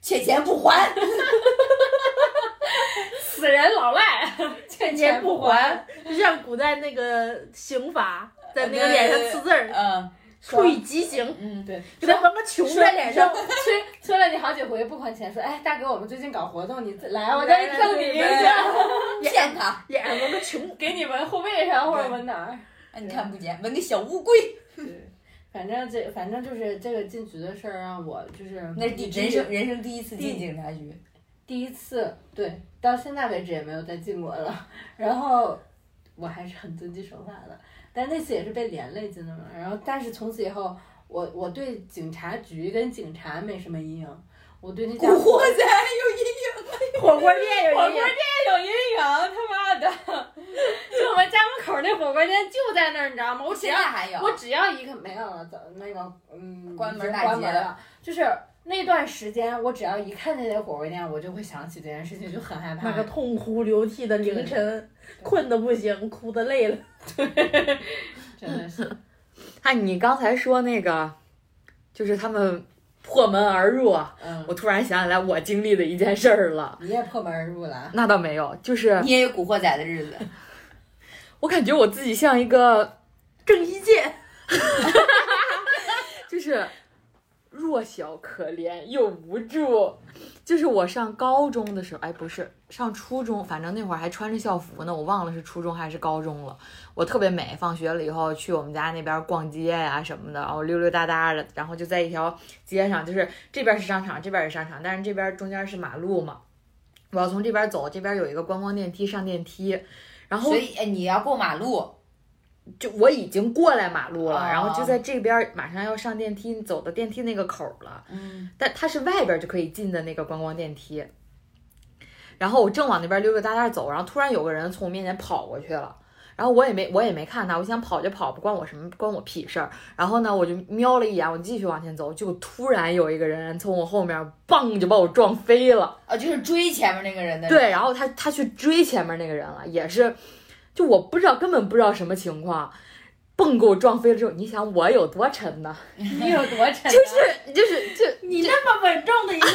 [SPEAKER 2] 欠钱不还，
[SPEAKER 4] 死人老赖，欠
[SPEAKER 3] 钱不还，就像古代那个刑罚，在那个脸上刺字儿，
[SPEAKER 2] 嗯
[SPEAKER 3] 处以极刑，
[SPEAKER 2] 嗯，
[SPEAKER 4] 对，
[SPEAKER 3] 给他纹个球在脸上。
[SPEAKER 4] 催催了你好几回不还钱，说哎大哥，我们最近搞活动，你自来我
[SPEAKER 3] 来
[SPEAKER 4] 再
[SPEAKER 3] 来
[SPEAKER 4] 赠你一
[SPEAKER 3] 来
[SPEAKER 4] 个，
[SPEAKER 2] (laughs) 骗他，
[SPEAKER 3] 脸上纹个球，
[SPEAKER 4] 给你纹后背上或者纹哪儿。
[SPEAKER 2] 啊你看不见，纹个小乌龟，
[SPEAKER 4] 对，反正这反正就是这个进局的事儿，让我就是
[SPEAKER 2] 那是第
[SPEAKER 4] 一直
[SPEAKER 2] 人生人生第一次进警察局，
[SPEAKER 4] 第一次，对，到现在为止也没有再进过了。然后我还是很遵纪守法的，但那次也是被连累进的嘛。然后，但是从此以后，我我对警察局跟警察没什么阴影，我对那
[SPEAKER 2] 古
[SPEAKER 4] 家
[SPEAKER 2] 惑
[SPEAKER 4] 伙
[SPEAKER 2] 仔有阴影，
[SPEAKER 3] 火锅店有
[SPEAKER 4] 火
[SPEAKER 3] 一
[SPEAKER 4] 锅
[SPEAKER 3] 个
[SPEAKER 4] 店有阴影，他妈的！ (laughs) 就我们家门口那火锅店就在那儿，你知道吗？我只
[SPEAKER 2] 现
[SPEAKER 4] 要
[SPEAKER 2] 在还有
[SPEAKER 4] 我只要一个没有了，走那个嗯，
[SPEAKER 2] 关门
[SPEAKER 4] 已经
[SPEAKER 2] 大
[SPEAKER 4] 关
[SPEAKER 2] 吉
[SPEAKER 4] 门
[SPEAKER 2] 了
[SPEAKER 4] 了，就是那段时间，我只要一看见那火锅店，我就会想起这件事情，就很害怕。
[SPEAKER 3] 那个痛哭流涕的凌晨，困的不行，哭的累了。
[SPEAKER 4] 真的 (laughs) 是，
[SPEAKER 1] (laughs) 哎，你刚才说那个，就是他们破门而入，啊
[SPEAKER 4] 嗯，
[SPEAKER 1] 我突然想起来我经历的一件事儿了。
[SPEAKER 4] 你也破门而入了，
[SPEAKER 1] 那倒没有，就是
[SPEAKER 2] 你也有古惑仔的日子，
[SPEAKER 1] 我感觉我自己像一个，
[SPEAKER 3] 郑伊健，
[SPEAKER 1] 就是弱小、可怜又无助。就是我上高中的时候，哎，不是上初中，反正那会儿还穿着校服呢，我忘了是初中还是高中了。我特别美，放学了以后去我们家那边逛街呀、什么的，然后溜溜达达的，然后就在一条街上，就是这边是商场，这边是商场，但是这边中间是马路嘛。我要从这边走，这边有一个观光电梯，上电梯，然后
[SPEAKER 2] 所以哎你要过马路，
[SPEAKER 1] 就我已经过来马路了，
[SPEAKER 2] 啊
[SPEAKER 1] 然后就在这边儿马上要上电梯，走到电梯那个口儿了，
[SPEAKER 2] 嗯，
[SPEAKER 1] 但它是外边儿就可以进的那个观光电梯。然后我正往那边溜溜达达走，然后突然有个人从我面前跑过去了，然后我也没我也没看他，我想跑就跑，不关我什么关我屁事儿。然后呢，我就瞄了一眼，我继续往前走，结果突然有一个人从我后面嘣就把我撞飞了。
[SPEAKER 2] 啊，就是追前面那个人的，
[SPEAKER 1] 对，，然后他他去追前面那个人了，也是，就我不知道，根本不知道什么情况，蹦给我撞飞了之后，你想我有多沉
[SPEAKER 4] (laughs)
[SPEAKER 1] 呢？
[SPEAKER 4] 你有多沉、啊？ (laughs)
[SPEAKER 1] 就是就是就
[SPEAKER 3] 你那么稳重的一个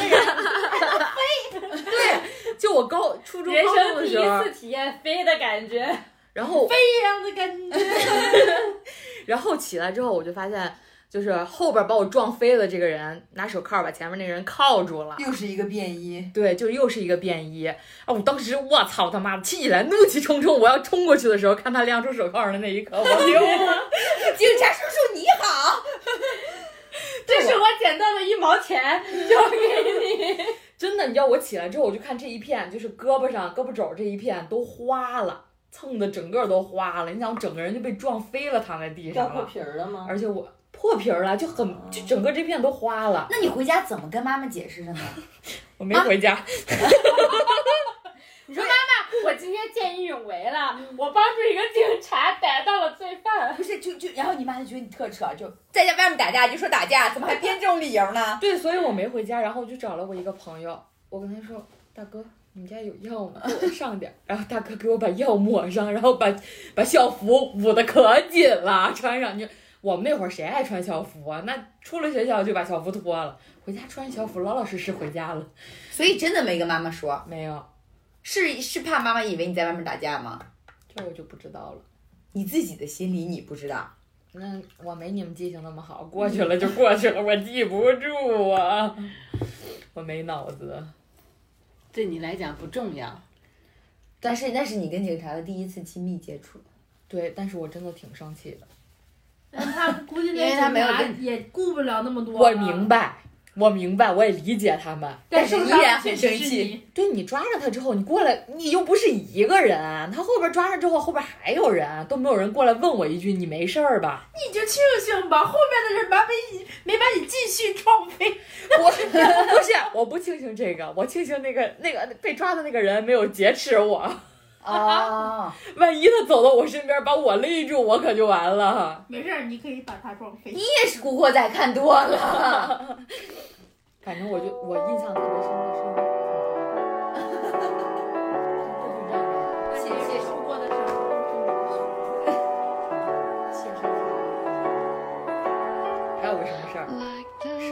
[SPEAKER 3] 人，
[SPEAKER 1] 对， (laughs) 就我高初中
[SPEAKER 4] 人
[SPEAKER 1] 高
[SPEAKER 4] 生
[SPEAKER 1] 中的
[SPEAKER 4] 第
[SPEAKER 1] 时候
[SPEAKER 4] 一，次体验飞的感觉，
[SPEAKER 1] 然后
[SPEAKER 3] 这样的感觉，
[SPEAKER 1] 然后起来之后，我就发现。就是后边把我撞飞的这个人，拿手铐把前面那个人铐住了。
[SPEAKER 4] 嗯
[SPEAKER 2] 又是一个便衣，
[SPEAKER 1] 对，就又是一个便衣啊！我当时我操他妈的气起来，怒气冲冲，我要冲过去的时候，看他亮出手铐的那一刻，
[SPEAKER 4] (laughs)
[SPEAKER 1] 我溜
[SPEAKER 2] 警察叔叔你好，
[SPEAKER 4] 这是我捡到的
[SPEAKER 5] (laughs)
[SPEAKER 4] 一毛钱，就给你。
[SPEAKER 1] 真的，你知道我起来之后，我就看这一片，就是胳膊上、胳膊肘这一片都花了，蹭的整个都花了。你想，我整个人就被撞飞了，躺在地
[SPEAKER 4] 掉
[SPEAKER 1] 上
[SPEAKER 4] 破
[SPEAKER 1] 了，
[SPEAKER 4] 皮儿了吗？
[SPEAKER 1] 而且我破皮儿了，就很就整个这片都花
[SPEAKER 4] 啊
[SPEAKER 1] 了。
[SPEAKER 2] 那你回家怎么跟妈妈解释的呢？
[SPEAKER 1] 我没回家，
[SPEAKER 4] 我今天见义勇为了，我帮助一个警察逮到了罪犯。
[SPEAKER 2] 不是，就就然后你妈就觉得你特扯，就在家外面打架，就说打架，怎么还编这种理由呢？
[SPEAKER 1] 对，所以我没回家。然后我就找了我一个朋友，我跟他说：“大哥，你们家有药吗？给我上点儿。”然后大哥给我把药抹上，然后把把校服捂得可紧了，穿上去。我们那会儿谁爱穿校服啊？那出了学校就把校服脱了，回家穿校服，老老实实回家了。
[SPEAKER 2] 所以真的没跟妈妈说，
[SPEAKER 1] 没有，
[SPEAKER 2] 是是怕妈妈以为你在外面打架吗？
[SPEAKER 1] 这我就不知道了。
[SPEAKER 2] 你自己的心里你不知道。
[SPEAKER 1] 那我没你们记性那么好，过去了就过去了，我记不住啊， (laughs) 我没脑子。
[SPEAKER 4] 对你来讲不重要。
[SPEAKER 2] 但是那是你跟警察的第一次亲密接触，
[SPEAKER 1] 对，但是我真的挺生气的。
[SPEAKER 5] 但他估计
[SPEAKER 2] 因
[SPEAKER 5] 那
[SPEAKER 2] 为他没有
[SPEAKER 5] 警察
[SPEAKER 2] 跟
[SPEAKER 5] 也顾不了那么多。
[SPEAKER 1] 我明，白，我明白，我也理解他们。
[SPEAKER 5] 但
[SPEAKER 2] 但
[SPEAKER 5] 受
[SPEAKER 2] 是依
[SPEAKER 5] 伤
[SPEAKER 2] 然
[SPEAKER 5] 的
[SPEAKER 2] 很
[SPEAKER 5] 确实
[SPEAKER 2] 生
[SPEAKER 5] 是
[SPEAKER 2] 气
[SPEAKER 5] 你。
[SPEAKER 1] 对你抓着他之后，你过来，你又不是一个人，他后边抓着之后，后边还有人，都没有人过来问我一句你没事儿吧？ (laughs)
[SPEAKER 5] 你就庆幸吧，后面的人把没没把你继续撞飞。
[SPEAKER 1] 我 (laughs) 不是，我不庆幸这个，我庆幸那个那个被抓的那个人没有劫持我，
[SPEAKER 2] (laughs) (laughs) 哦，
[SPEAKER 1] 万一他走到我身边把我勒住，我可就完了。
[SPEAKER 5] 没事儿，你可以把他撞飞
[SPEAKER 2] 你。也是古惑仔看多了。
[SPEAKER 1] 反正我就我印象特别深的是那个警察，就是让人。
[SPEAKER 2] 谢谢
[SPEAKER 5] 受过的伤都是你的伤。
[SPEAKER 1] 还有个什么事儿？是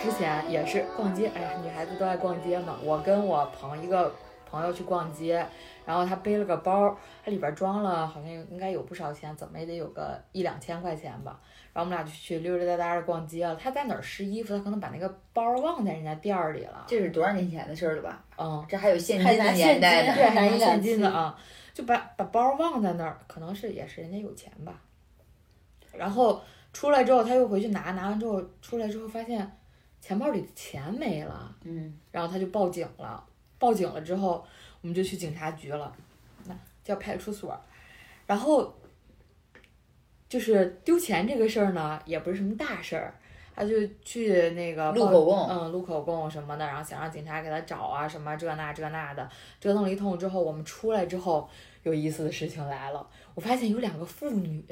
[SPEAKER 1] 之前也是逛街，哎呀，女孩子都爱逛街嘛。我跟我朋一个朋友去逛街，然后她背了个包，它里边装了好像应该有不少钱，怎么也得有个一两千块钱吧。然后我们俩就去溜溜达达的逛街了。她在哪儿试衣服？她可能把那个包忘在人家店儿里了。
[SPEAKER 2] 这是多少年前的事儿了吧？
[SPEAKER 1] 嗯，
[SPEAKER 2] 这还有现金的年代呢。
[SPEAKER 1] 对，还
[SPEAKER 4] 拿
[SPEAKER 1] 拿
[SPEAKER 4] 一两
[SPEAKER 1] 现金的
[SPEAKER 4] 次
[SPEAKER 1] 啊，就把把包忘在那儿，可能是也是人家有钱吧。然后出来之后，他又回去拿，拿完之后出来之后发现钱包里的钱没了，
[SPEAKER 2] 嗯，
[SPEAKER 1] 然后他就报警了。报警了之后，我们就去警察局了，那叫派出所。然后就是丢钱这个事儿呢，也不是什么大事儿，他就去那个
[SPEAKER 2] 录
[SPEAKER 1] 报
[SPEAKER 2] 口供
[SPEAKER 1] 嗯，录口供什么的，然后想让警察给他找啊，什么这那这那的，折腾了一通之后，我们出来之后，有意思的事情来了，我发现有两个妇女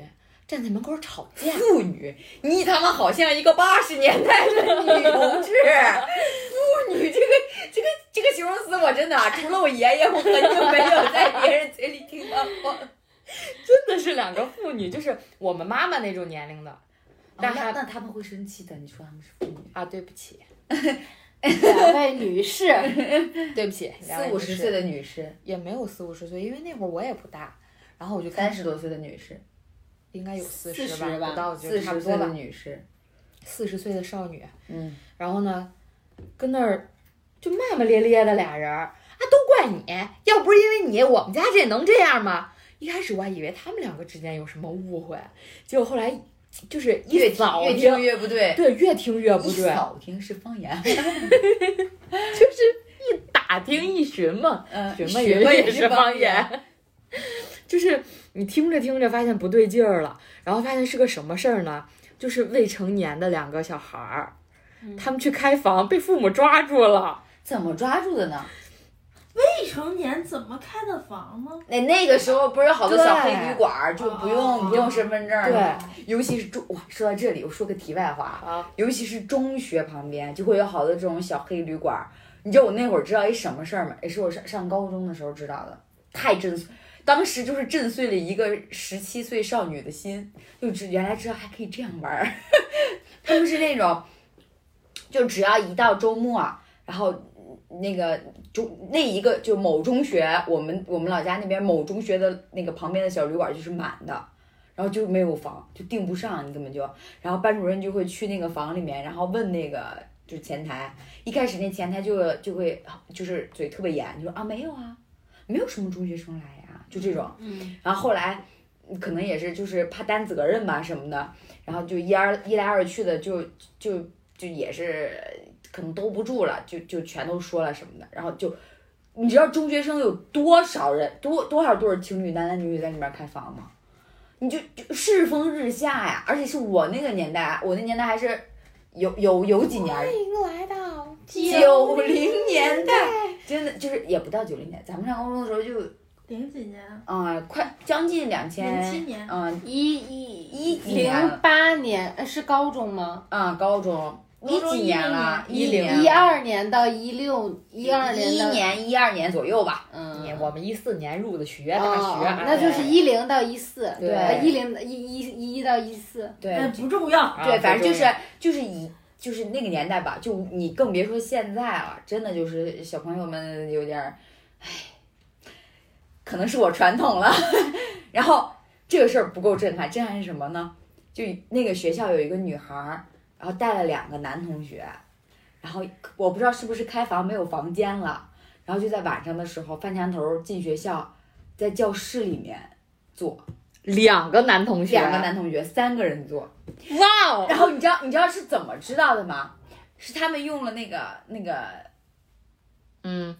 [SPEAKER 1] 站在门口吵架，
[SPEAKER 2] 妇女，你他妈好像一个八十年代的女同志。妇女这个这个这个形容词，我真的啊除了我爷爷，我很久没有在别人嘴里听到 (laughs) 过。
[SPEAKER 1] (laughs) 真的是两个妇女，就是我们妈妈那种年龄的但还
[SPEAKER 2] 哦那他们会生气的，你说他们是妇女，
[SPEAKER 1] 啊，对不起，
[SPEAKER 4] 两位女 (laughs) 士，
[SPEAKER 1] 对不起，两
[SPEAKER 2] 四
[SPEAKER 1] 位
[SPEAKER 2] 五
[SPEAKER 1] 女
[SPEAKER 2] 十
[SPEAKER 1] 士
[SPEAKER 2] 岁的女士，
[SPEAKER 1] 也没有四五十岁，因为那会儿我也不大，然后我就看
[SPEAKER 2] 三十多岁的女士，
[SPEAKER 1] 应该有四
[SPEAKER 4] 40
[SPEAKER 1] 吧，
[SPEAKER 4] 吧
[SPEAKER 1] 不到就
[SPEAKER 2] 四
[SPEAKER 1] 差
[SPEAKER 2] 十
[SPEAKER 1] 不
[SPEAKER 2] 岁
[SPEAKER 1] 多
[SPEAKER 2] 的
[SPEAKER 1] 吧，
[SPEAKER 2] 女士，
[SPEAKER 1] 四十岁的少女，
[SPEAKER 2] 嗯，
[SPEAKER 1] 然后呢，跟那儿就骂骂咧咧的俩人儿啊，都怪你，要不是因为你，我们家这能这样吗？一开始我还以为他们两个之间有什么误会，结果后来就是一
[SPEAKER 2] 越
[SPEAKER 1] 扫
[SPEAKER 2] 听越听越不对，
[SPEAKER 1] 对，越听越不
[SPEAKER 2] 一
[SPEAKER 1] 对，
[SPEAKER 2] 扫听是方
[SPEAKER 1] (laughs)
[SPEAKER 2] 言，
[SPEAKER 1] 就是一打听一寻嘛，
[SPEAKER 2] 嗯，
[SPEAKER 1] 寻嘛
[SPEAKER 2] 学
[SPEAKER 1] 也
[SPEAKER 2] 也
[SPEAKER 1] 是
[SPEAKER 2] 方
[SPEAKER 1] 方言， (laughs) 就是你听着听着发现不对劲儿了，然后发现是个什么事儿呢？就是未成年的两个小孩儿，他们去开房被父母抓住了。
[SPEAKER 2] 怎么抓住的呢？
[SPEAKER 5] 未成年怎么开的房呢？
[SPEAKER 2] 那那个时候不是有好多小黑
[SPEAKER 1] 对
[SPEAKER 2] 旅馆儿，就不用、
[SPEAKER 5] 哦
[SPEAKER 2] 不用身份证儿吗，
[SPEAKER 1] 对
[SPEAKER 2] 尤其是中哇，说到这里，我说个题外话啊，
[SPEAKER 1] 啊，
[SPEAKER 2] 尤其是中学旁边就会有好多这种小黑旅馆儿。你知道我那会儿知道一什么事儿吗？也是我上上高中的时候知道的，太震碎，当时就是震碎了一个十七岁少女的心，就知原来知道还可以这样玩儿。 (laughs) 他们是那种，就只要一到周末，然后那个中那一个就某中学，我们我们老家那边某中学的那个旁边的小旅馆就是满的，然后就没有房，就订不上，你根本就，然后班主任就会去那个房里面，然后问那个就是前台，一开始那前台就就会就是嘴特别严，就说啊没有啊，没有什么中学生来呀、就这种，
[SPEAKER 5] 嗯，
[SPEAKER 2] 然后后来可能也是就是怕担责任吧什么的，然后就一而一来二去的就就就也是可能兜不住了，就就全都说了什么的，然后就你知道中学生有多少人多多少对儿情侣男男女女在里面开房吗？你就就是风日下呀，而且是我那个年代，啊我那年代还是有有有几年儿，
[SPEAKER 1] 来到
[SPEAKER 2] 哎九零年代，真的就是也不到九零年，咱们上高中的时候就
[SPEAKER 5] 零几年，
[SPEAKER 2] 啊、快将近两千，
[SPEAKER 5] 07年
[SPEAKER 2] 嗯、
[SPEAKER 4] 一一
[SPEAKER 2] 一几年
[SPEAKER 4] 零八年呃是高中吗？
[SPEAKER 2] 啊、高中
[SPEAKER 6] 高中
[SPEAKER 2] 一几
[SPEAKER 6] 一
[SPEAKER 2] 年
[SPEAKER 6] 零
[SPEAKER 2] 了
[SPEAKER 6] 一
[SPEAKER 2] 一零
[SPEAKER 4] 一二年到一六一二年
[SPEAKER 2] 一
[SPEAKER 4] 到，
[SPEAKER 2] 年一二年左右吧。
[SPEAKER 4] 嗯，
[SPEAKER 1] 你我们一四年入的学，大
[SPEAKER 4] 哦
[SPEAKER 1] 学，啊
[SPEAKER 4] 那就是一零到一四，呃
[SPEAKER 1] 对
[SPEAKER 4] 一零一一一到一四，
[SPEAKER 2] 对
[SPEAKER 3] 哎，不重要。
[SPEAKER 1] 啊
[SPEAKER 2] 对，反正就
[SPEAKER 1] 不
[SPEAKER 2] 是
[SPEAKER 1] 重要
[SPEAKER 2] 就是以就是那个年代吧，就你更别说现在了，真的就是小朋友们有点儿，唉，可能是我传统了。 (laughs) 然后这个事儿不够震撼，震撼是什么呢？就那个学校有一个女孩儿，然后带了两个男同学，然后我不知道是不是开房没有房间了，然后就在晚上的时候翻墙头进学校，在教室里面坐，
[SPEAKER 1] 两个男同学，
[SPEAKER 2] 两个男同学三个人坐。
[SPEAKER 1] 哇哦，
[SPEAKER 2] 然后你知道你知道是怎么知道的吗？是他们用了那个那个，
[SPEAKER 1] 嗯，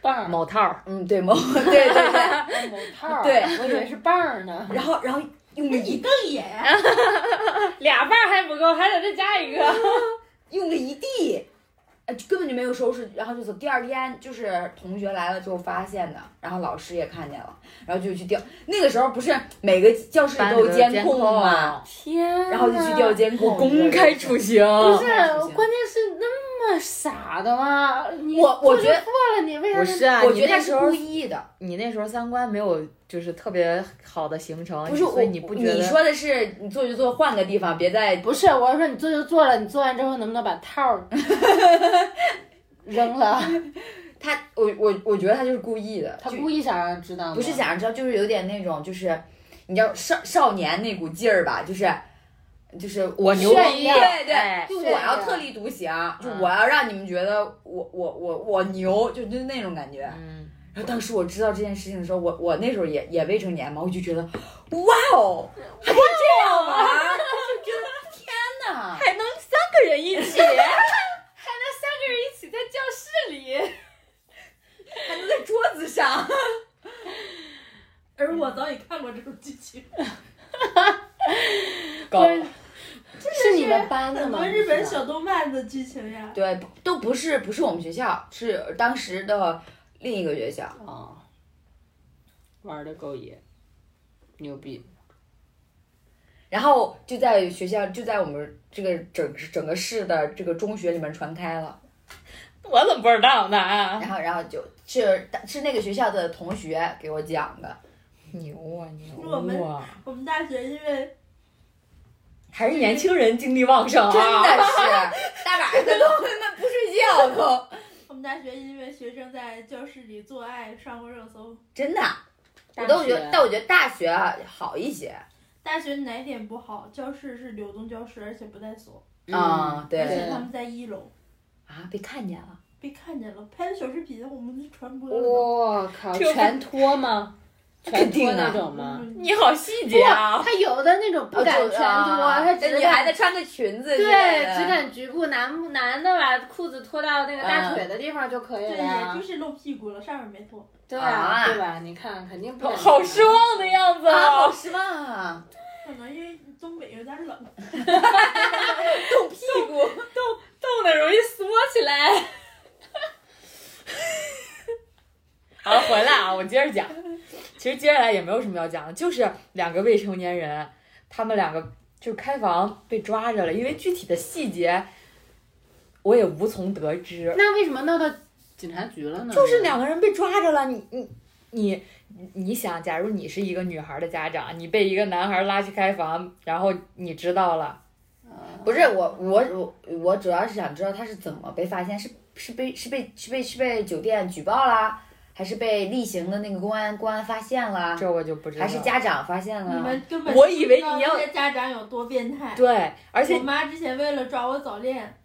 [SPEAKER 4] 棒儿
[SPEAKER 1] 某套儿
[SPEAKER 2] 嗯，对某对 (laughs) 对对，
[SPEAKER 4] 某套
[SPEAKER 2] 对
[SPEAKER 4] 我以为是棒儿呢。
[SPEAKER 2] 然后然后用了一
[SPEAKER 3] 瞪眼呀、
[SPEAKER 4] 俩棒还不够，还得再加一个。
[SPEAKER 2] 用了一地，呃，就根本就没有收拾，然后就走。第二天就是同学来了之后发现的，然后老师也看见了，然后就去调。那个时候不是每个教室里
[SPEAKER 1] 班
[SPEAKER 2] 都
[SPEAKER 1] 里
[SPEAKER 2] 有
[SPEAKER 1] 的
[SPEAKER 2] 监控
[SPEAKER 1] 控
[SPEAKER 2] 吗？
[SPEAKER 1] 嘛，
[SPEAKER 4] 天呐，
[SPEAKER 2] 然后就去调监控，
[SPEAKER 1] 公开处刑，
[SPEAKER 4] 不
[SPEAKER 1] 不
[SPEAKER 4] 是，关键是那么傻的吗？你
[SPEAKER 2] 我
[SPEAKER 4] 做
[SPEAKER 2] 我
[SPEAKER 4] 就
[SPEAKER 2] 觉得
[SPEAKER 4] 错了，你为啥
[SPEAKER 1] 不是啊，
[SPEAKER 2] 我
[SPEAKER 1] 你
[SPEAKER 2] 觉得
[SPEAKER 1] 那
[SPEAKER 2] 他是
[SPEAKER 1] 时候
[SPEAKER 2] 故意的，
[SPEAKER 1] 你那时候三观没有就是特别好的形成，
[SPEAKER 2] 不是
[SPEAKER 1] 哦所
[SPEAKER 2] 我
[SPEAKER 1] 以你不觉得？
[SPEAKER 2] 你说的是你做就做，换个地方，别再
[SPEAKER 4] 不是？我是说你做就做了，你做完之后能不能把套儿扔了？
[SPEAKER 2] 他，我我我觉得他就是故意的，
[SPEAKER 4] 他
[SPEAKER 2] 就
[SPEAKER 4] 故意想让人知道吗？
[SPEAKER 2] 不是想知道，就是有点那种，就是你知道少少年那股劲儿吧，就是就是
[SPEAKER 1] 我牛
[SPEAKER 4] 炫
[SPEAKER 1] 逼，
[SPEAKER 4] 耀
[SPEAKER 2] 对对，
[SPEAKER 1] 哎
[SPEAKER 2] 就
[SPEAKER 4] 炫
[SPEAKER 2] 我
[SPEAKER 4] 耀
[SPEAKER 2] 要特立独行，就
[SPEAKER 1] 嗯
[SPEAKER 2] 我要让你们觉得我我我我牛，就就是那种感觉。
[SPEAKER 1] 嗯，
[SPEAKER 2] 然后当时我知道这件事情的时候，我我那时候也也未成年嘛，我就觉得哇哦，还可以这样玩儿，就觉得天哪！
[SPEAKER 1] 还能三个人一 (laughs) 起，
[SPEAKER 4] 一起在教室里，
[SPEAKER 2] (laughs) 还能在桌子上，
[SPEAKER 3] 而我早已看过这种剧情，
[SPEAKER 2] 搞
[SPEAKER 4] 是你们班的
[SPEAKER 3] 很
[SPEAKER 4] 吗？
[SPEAKER 3] 多日本
[SPEAKER 4] 不知道
[SPEAKER 3] 小动漫的剧情呀。
[SPEAKER 2] (laughs) 对不都不是不是我们学校，是当时的另一个学校。
[SPEAKER 4] 哦，玩的够野，牛逼！
[SPEAKER 2] 然后就在学校，就在我们这个整整个市的这个中学里面传开了。
[SPEAKER 1] 我怎么不知道呢？
[SPEAKER 4] 啊
[SPEAKER 1] 啊
[SPEAKER 2] 然后，然后就是是那个学校的同学给我讲的，
[SPEAKER 1] 牛啊
[SPEAKER 3] 我
[SPEAKER 1] 牛
[SPEAKER 3] 们
[SPEAKER 1] 啊！
[SPEAKER 3] 我们大学因为
[SPEAKER 1] 还是年轻人精力旺盛啊！
[SPEAKER 2] 真的是大晚上的都他妈不睡觉都，
[SPEAKER 4] (laughs)
[SPEAKER 3] 我们大学因为学生在教室里做爱上过热搜。
[SPEAKER 2] 真的。
[SPEAKER 4] 啊大
[SPEAKER 2] 我都觉
[SPEAKER 4] 学
[SPEAKER 2] 得，但我觉得大学好一些。
[SPEAKER 3] 大学哪一点不好？教室是流动教室，而且不带锁，
[SPEAKER 4] 嗯
[SPEAKER 2] 啊对
[SPEAKER 3] 而且他们在一楼
[SPEAKER 2] 啊，被看见了，
[SPEAKER 3] 被看见了，拍的小视频我们都传 (laughs) 播了。
[SPEAKER 1] 哦
[SPEAKER 4] 我靠，
[SPEAKER 1] 这不
[SPEAKER 4] 全脱 (laughs) 吗？全
[SPEAKER 2] 肯定
[SPEAKER 4] 脱
[SPEAKER 2] 啊
[SPEAKER 4] 那种吗？
[SPEAKER 3] 嗯
[SPEAKER 1] 你好细节啊！
[SPEAKER 4] 他有的那种不敢
[SPEAKER 2] 哦
[SPEAKER 4] 全
[SPEAKER 2] 就
[SPEAKER 4] 脱，
[SPEAKER 2] 啊
[SPEAKER 4] 他只
[SPEAKER 2] 女孩
[SPEAKER 4] 敢
[SPEAKER 2] 子穿个裙子之
[SPEAKER 4] 对，
[SPEAKER 2] 类的，
[SPEAKER 4] 只敢局部，男男的把裤子脱到那个大
[SPEAKER 2] 嗯
[SPEAKER 4] 腿的地方就可以了
[SPEAKER 3] 对，也
[SPEAKER 4] 呀
[SPEAKER 3] 就。是露屁股了，上面没脱。
[SPEAKER 4] 对
[SPEAKER 2] 啊
[SPEAKER 4] 对吧？你看，肯定不敢
[SPEAKER 1] 好失望的样子
[SPEAKER 2] 啊，好
[SPEAKER 1] 啊！
[SPEAKER 2] 失望啊，
[SPEAKER 3] 可能因为东北有点冷，
[SPEAKER 2] 动屁股。
[SPEAKER 1] 冻的容易缩起来。 (laughs) 好了，回来啊，我接着讲。其实接下来也没有什么要讲的，就是两个未成年人，他们两个就开房被抓着了，因为具体的细节我也无从得知。
[SPEAKER 4] 那为什么闹到警察局了呢？
[SPEAKER 1] 就是两个人被抓着了，你你你你想，假如你是一个女孩的家长，你被一个男孩拉去开房，然后你知道了，
[SPEAKER 2] 不是我，我我我主要是想知道他是怎么被发现，是是被是被是被是被酒店举报啦，还是被例行的那个公安公安发现啦，
[SPEAKER 1] 这我就不知道。
[SPEAKER 2] 啊还是家长发现
[SPEAKER 3] 你
[SPEAKER 2] 了？
[SPEAKER 3] 们根本
[SPEAKER 1] 嗯我以为你
[SPEAKER 3] 不知
[SPEAKER 1] 要
[SPEAKER 3] 道这些家长有多变态。
[SPEAKER 1] 对，而且
[SPEAKER 3] 我妈之前为了抓我早恋，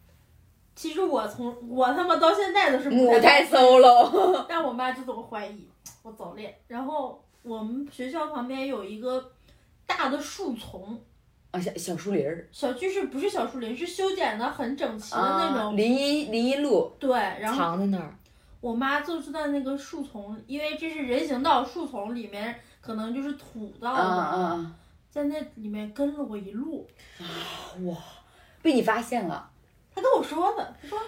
[SPEAKER 3] 其实我从我他妈到现在都是
[SPEAKER 2] 母胎
[SPEAKER 3] 单
[SPEAKER 2] solo，
[SPEAKER 3] 但我妈就总怀疑我早恋。然后我们学校旁边有一个大的树丛，
[SPEAKER 2] 啊，小小树林儿
[SPEAKER 3] 小区是不是小树林？是修剪的很整齐的那
[SPEAKER 2] 啊，
[SPEAKER 3] 种。
[SPEAKER 2] 林荫林荫路，
[SPEAKER 3] 对，然后
[SPEAKER 1] 藏在那儿。
[SPEAKER 3] 我妈就是在那个树丛，因为这是人行道，树丛里面可能就是土道
[SPEAKER 2] 啊
[SPEAKER 3] 嘛，
[SPEAKER 2] 啊，啊
[SPEAKER 3] 在那里面跟了我一路。
[SPEAKER 2] 被你发现了，
[SPEAKER 3] 她跟我说的，她说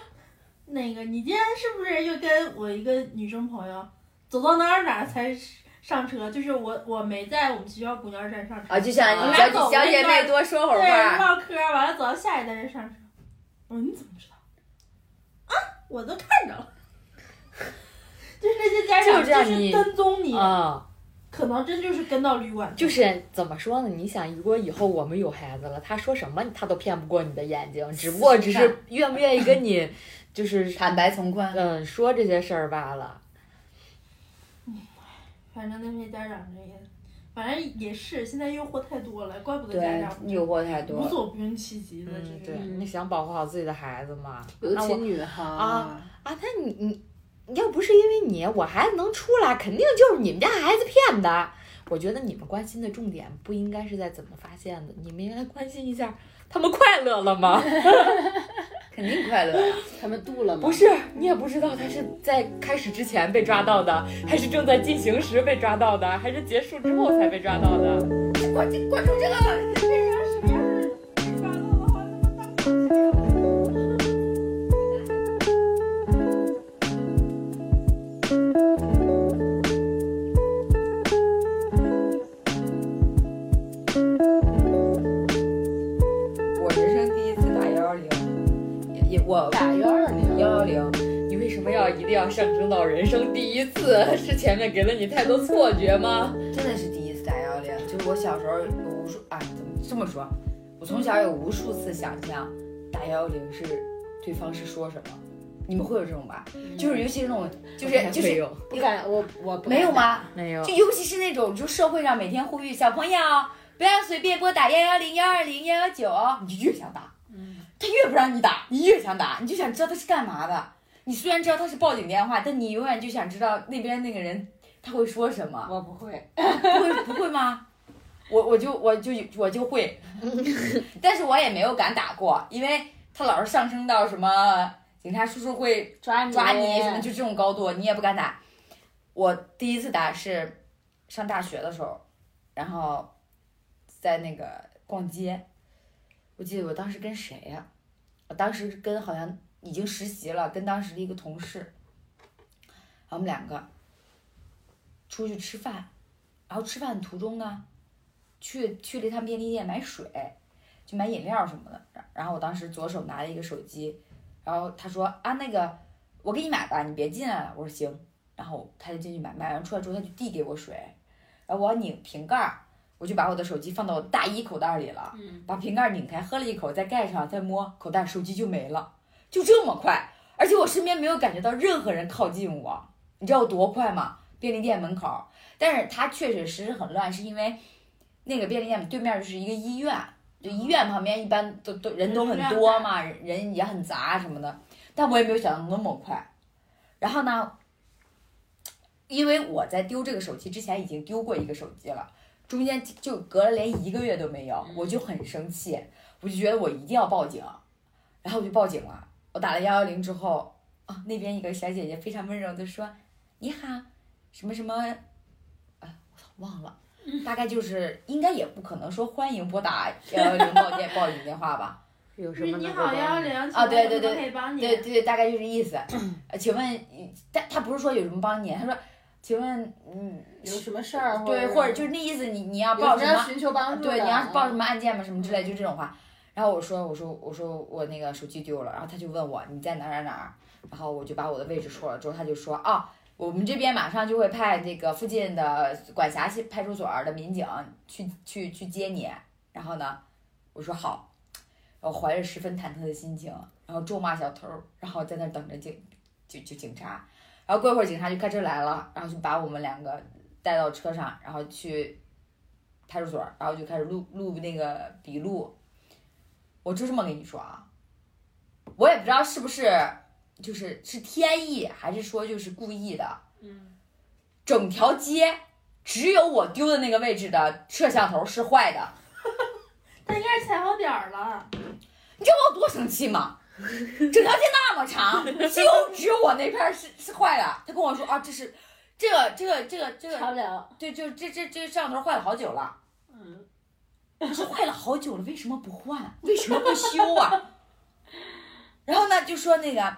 [SPEAKER 3] 那个你今天是不是又跟我一个女生朋友走到哪儿哪儿才上车？就是我我没在我们学校公交站上车
[SPEAKER 2] 啊，就像小
[SPEAKER 3] 我俩
[SPEAKER 2] 姐
[SPEAKER 3] 走了
[SPEAKER 2] 小
[SPEAKER 3] 一
[SPEAKER 2] 姐
[SPEAKER 3] 段
[SPEAKER 2] 妹多说会儿
[SPEAKER 3] 对，
[SPEAKER 2] 话，
[SPEAKER 3] 唠嗑儿完了走到下一代人上车。
[SPEAKER 5] 哦，你怎么知道？啊，我都看着了。就是那些家
[SPEAKER 1] 就
[SPEAKER 5] 长
[SPEAKER 1] 是这样
[SPEAKER 5] 就是
[SPEAKER 1] 你
[SPEAKER 5] 跟踪你，
[SPEAKER 1] 啊，
[SPEAKER 5] 可能真就是跟到旅馆去，
[SPEAKER 1] 就是怎么说呢？你想，如果以后我们有孩子了，他说什么他都骗不过你的眼睛，只不过只
[SPEAKER 2] 是
[SPEAKER 1] 是愿不愿意跟你，就是
[SPEAKER 2] 坦白从宽。
[SPEAKER 1] 嗯说这些事儿罢了。
[SPEAKER 5] 反正那些家长这也，反正也是现在诱惑太多了，怪不得家
[SPEAKER 2] 对
[SPEAKER 5] 长，
[SPEAKER 2] 诱惑太多
[SPEAKER 5] 无
[SPEAKER 2] 了。
[SPEAKER 5] 所不用其极的，
[SPEAKER 1] 嗯，
[SPEAKER 5] 这
[SPEAKER 1] 对，
[SPEAKER 5] 是。
[SPEAKER 1] 你想保护好自己的孩子嘛？
[SPEAKER 4] 尤
[SPEAKER 1] 那
[SPEAKER 4] 其
[SPEAKER 1] 我
[SPEAKER 4] 女孩
[SPEAKER 1] 啊，啊，那你你你要不是因为你，我孩子能出来，肯定就是你们家孩子骗的。我觉得你们关心的重点不应该是在怎么发现的，你们应该关心一下他们快乐了吗？ (laughs)
[SPEAKER 2] 肯定快乐呀、
[SPEAKER 4] 他们度了吗？
[SPEAKER 1] 不是，你也不知道他是在开始之前被抓到的，还是正在进行时被抓到的，还是结束之后才被抓到的。
[SPEAKER 2] 我人生第一次打幺幺零，也也我
[SPEAKER 4] 打幺二零
[SPEAKER 2] 幺幺零，
[SPEAKER 1] 你为什么要一定要上升到人生第一次？ (laughs) 是前面给了你太多错觉吗？
[SPEAKER 2] 真的是第一次打幺幺零。就是我小时候有无数啊，怎么这么说？我从小有无数次想象打幺幺零是对方是说什么。你们会有这种吧？就是尤其是那种，就是就
[SPEAKER 1] 没
[SPEAKER 2] 是
[SPEAKER 1] 有，
[SPEAKER 4] 不敢，我嗯我不敢
[SPEAKER 2] 没有吗？
[SPEAKER 1] 没有
[SPEAKER 2] 就尤其是那种，就社会上每天呼吁小朋友不要随便拨打幺幺零、幺二零、幺幺九，你就越想打，
[SPEAKER 4] 嗯
[SPEAKER 2] 他越不让你打，你越想打，你就想知道他是干嘛的。你虽然知道他是报警电话，但你永远就想知道那边那个人他会说什么，
[SPEAKER 4] 我不会，
[SPEAKER 2] 不会不会吗？我我就我就我就会， (laughs) 但是我也没有敢打过，因为他老是上升到什么警察叔叔会
[SPEAKER 4] 抓你
[SPEAKER 2] 抓你什么，就这种高度，你也不敢打。我第一次打是上大学的时候，然后在那个逛街，我记得我当时跟谁呀、我当时跟好像已经实习了，跟当时的一个同事，然后我们两个出去吃饭，然后吃饭途中呢，去去了一趟便利店买水，就买饮料什么的。然然后我当时左手拿了一个手机，然后他说啊那个我给你买吧，你别进来了。我说行，然后他就进去买，买完出来之后他就递给我水，然后我要拧瓶盖儿，我就把我的手机放到我大衣口袋里了，把瓶盖拧开，喝了一口，再盖上，再摸口袋，手机就没了，就这么快，而且我身边没有感觉到任何人靠近我，你知道有多快吗？便利店门口，但是它确确实实很乱，是因为那个便利店对面就是一个医院，就医院旁边一般都都人都很多嘛，人人也很杂什么的，但我也没有想到那么快。然后呢，因为我在丢这个手机之前已经丢过一个手机了，中间就隔了连一个月都没有，我就很生气，我就觉得我一定要报警，然后我就报警了。我打了幺幺零之后，啊，那边一个小姐姐非常温柔的说：“你好，什么什么，啊，我操，忘了。”大概就是应该也不可能说欢迎拨打幺幺零报电 (laughs) 报警电话吧，
[SPEAKER 1] 有
[SPEAKER 5] 就是你好幺幺零，
[SPEAKER 2] 啊对对对
[SPEAKER 5] 可以帮你。
[SPEAKER 2] 对对，大概就是意思。呃请问，他他不是说有什么帮你，他说，请问，嗯，
[SPEAKER 4] 有什么事儿，
[SPEAKER 2] 对，或者就是那意思你，你要
[SPEAKER 4] 有
[SPEAKER 2] 报
[SPEAKER 4] 什
[SPEAKER 2] 什
[SPEAKER 4] 么要
[SPEAKER 2] 么？
[SPEAKER 4] 寻求帮助的，
[SPEAKER 2] 对，你要是报什
[SPEAKER 4] 嗯
[SPEAKER 2] 么案件嘛，什么之类，就这种话。然后我说，我说，我说我那个手机丢了，然后他就问我你在哪儿哪儿哪儿，然后我就把我的位置说了，之后他就说啊，我们这边马上就会派那个附近的管辖系派出所的民警去去去接你。然后呢，我说好，然后怀着十分忐忑的心情，然后咒骂小偷，然后在那儿等着警就就警察，然后过一会儿警察就开车来了，然后就把我们两个带到车上，然后去派出所，然后就开始录录那个笔录。我就这么跟你说啊，我也不知道是不是就是是天意，还是说就是故意的。
[SPEAKER 5] 嗯，
[SPEAKER 2] 整条街只有我丢的那个位置的摄像头是坏的，
[SPEAKER 5] 他应该是踩好点儿了。
[SPEAKER 2] 你知道我有多生气吗？整条街那么长，就只有我那片儿是是坏的。他跟我说啊，这是这个这个这个这
[SPEAKER 4] 查
[SPEAKER 2] 个，
[SPEAKER 4] 不了，
[SPEAKER 2] 对，就这这这个摄像头坏了好久了。
[SPEAKER 5] 嗯，
[SPEAKER 2] 我说坏了好久了，为什么不换？为什么不修啊？ (laughs) 然后呢，就说那个，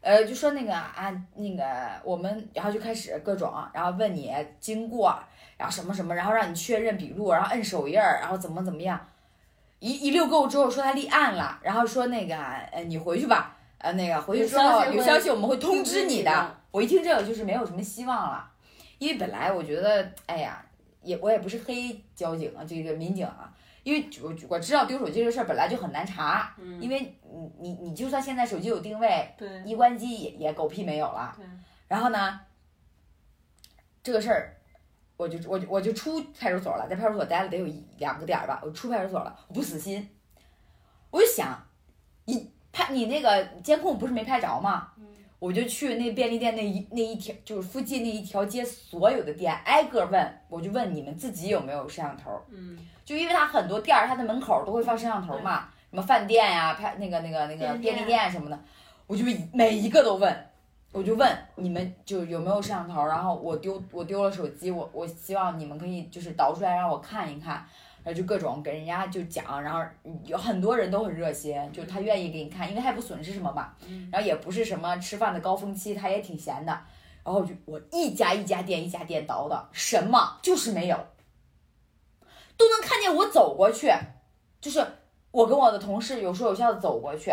[SPEAKER 2] 呃，就说那个啊，那个我们，然后就开始各种，然后问你经过，然后什么什么，然后让你确认笔录，然后摁手印儿，然后怎么怎么样。一一溜够之后说他立案了，然后说那个呃你回去吧，呃那个回去之
[SPEAKER 4] 有
[SPEAKER 2] 后
[SPEAKER 4] 消息会
[SPEAKER 2] 有消息我们会通知你
[SPEAKER 4] 通知你的
[SPEAKER 2] 的。我一听这个就是没有什么希望了，因为本来我觉得哎呀也我也不是黑交警啊，这个民警啊。因为我我知道丢手机这个事儿本来就很难查，因为你你你就算现在手机有定位，
[SPEAKER 5] 嗯对
[SPEAKER 2] 一关机也也狗屁没有了。
[SPEAKER 5] 对
[SPEAKER 2] 然后呢，这个事儿，我就我就我就出派出所了，在派出所待了得有一两个点儿吧，我出派出所了，我不死心，我就想，你拍你那个监控不是没拍着吗？
[SPEAKER 5] 嗯
[SPEAKER 2] 我就去那便利店那一那一条，就是附近那一条街所有的店挨个问，我就问你们自己有没有摄像头。
[SPEAKER 5] 嗯，
[SPEAKER 2] 就因为它很多店儿，它的门口儿都会放摄像头嘛，什么饭店呀、拍那个那个那个
[SPEAKER 5] 便
[SPEAKER 2] 便
[SPEAKER 5] 利
[SPEAKER 2] 利店什么的，我就每一个都问，我就问你们就有没有摄像头，然后我丢我丢了手机，我我希望你们可以就是导出来让我看一看，然后就各种给人家就讲，然后有很多人都很热心，就他愿意给你看，因为他也不损失什么嘛，然后也不是什么吃饭的高峰期，他也挺闲的。然后我就我一家一家店一家店倒的，什么就是没有，都能看见我走过去，就是我跟我的同事有说有笑的走过去，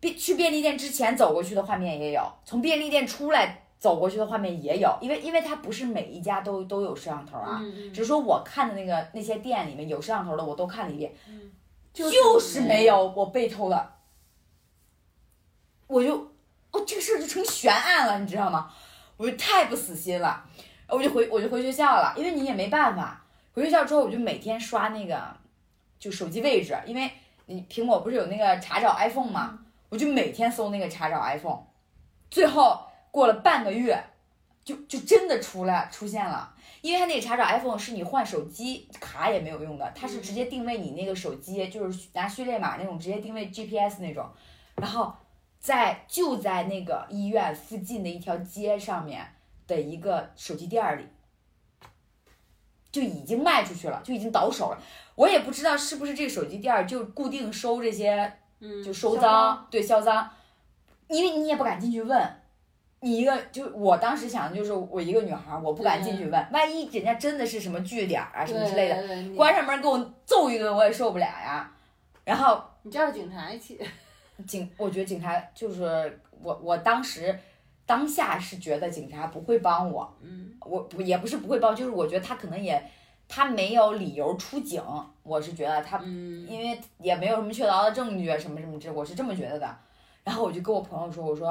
[SPEAKER 2] 便去便利店之前走过去的画面也有，从便利店出来走过去的画面也有，因为因为它不是每一家都都有摄像头啊，只是说我看的那个那些店里面有摄像头的我都看了一遍，嗯就是没有我被偷的，我就哦这个事儿就成悬案了，你知道吗？我就太不死心了，我就回我就回学校了，因为你也没办法，回学校之后，我就每天刷那个，就手机位置，因为你苹果不是有那个查找 iPhone 吗？我就每天搜那个查找 iPhone，最后过了半个月，就就真的出来出现了，因为它那个查找 iPhone 是你换手机卡也没有用的，它是直接定位你那个手机，就是拿序列码那种直接定位 GPS 那种，然后在就在那个医院附近的一条街上面的一个手机店儿里。就已经卖出去了，就已经倒手了。我也不知道是不是这个手机店儿就固定收这些，
[SPEAKER 5] 嗯
[SPEAKER 2] 就收
[SPEAKER 3] 销
[SPEAKER 2] 赃，
[SPEAKER 3] 赃
[SPEAKER 2] 对销赃，因为你也不敢进去问。你一个就我当时想的就是我一个女孩儿，我不敢进
[SPEAKER 3] 嗯
[SPEAKER 2] 去问，万一人家真的是什么据点儿啊什么之类的，
[SPEAKER 5] 的
[SPEAKER 2] 关上门给我揍一顿我也受不了呀。然后
[SPEAKER 5] 你叫警察
[SPEAKER 4] (laughs)
[SPEAKER 5] 去，
[SPEAKER 2] 警，我觉得警察就是我，我当时当下是觉得警察不会帮我，
[SPEAKER 5] 嗯
[SPEAKER 2] 我不也不是不会报，就是我觉得他可能也他没有理由出警，我是觉得他
[SPEAKER 5] 嗯
[SPEAKER 2] 因为也没有什么确凿的证据啊什么什么之，我是这么觉得的。然后我就跟我朋友说，我说，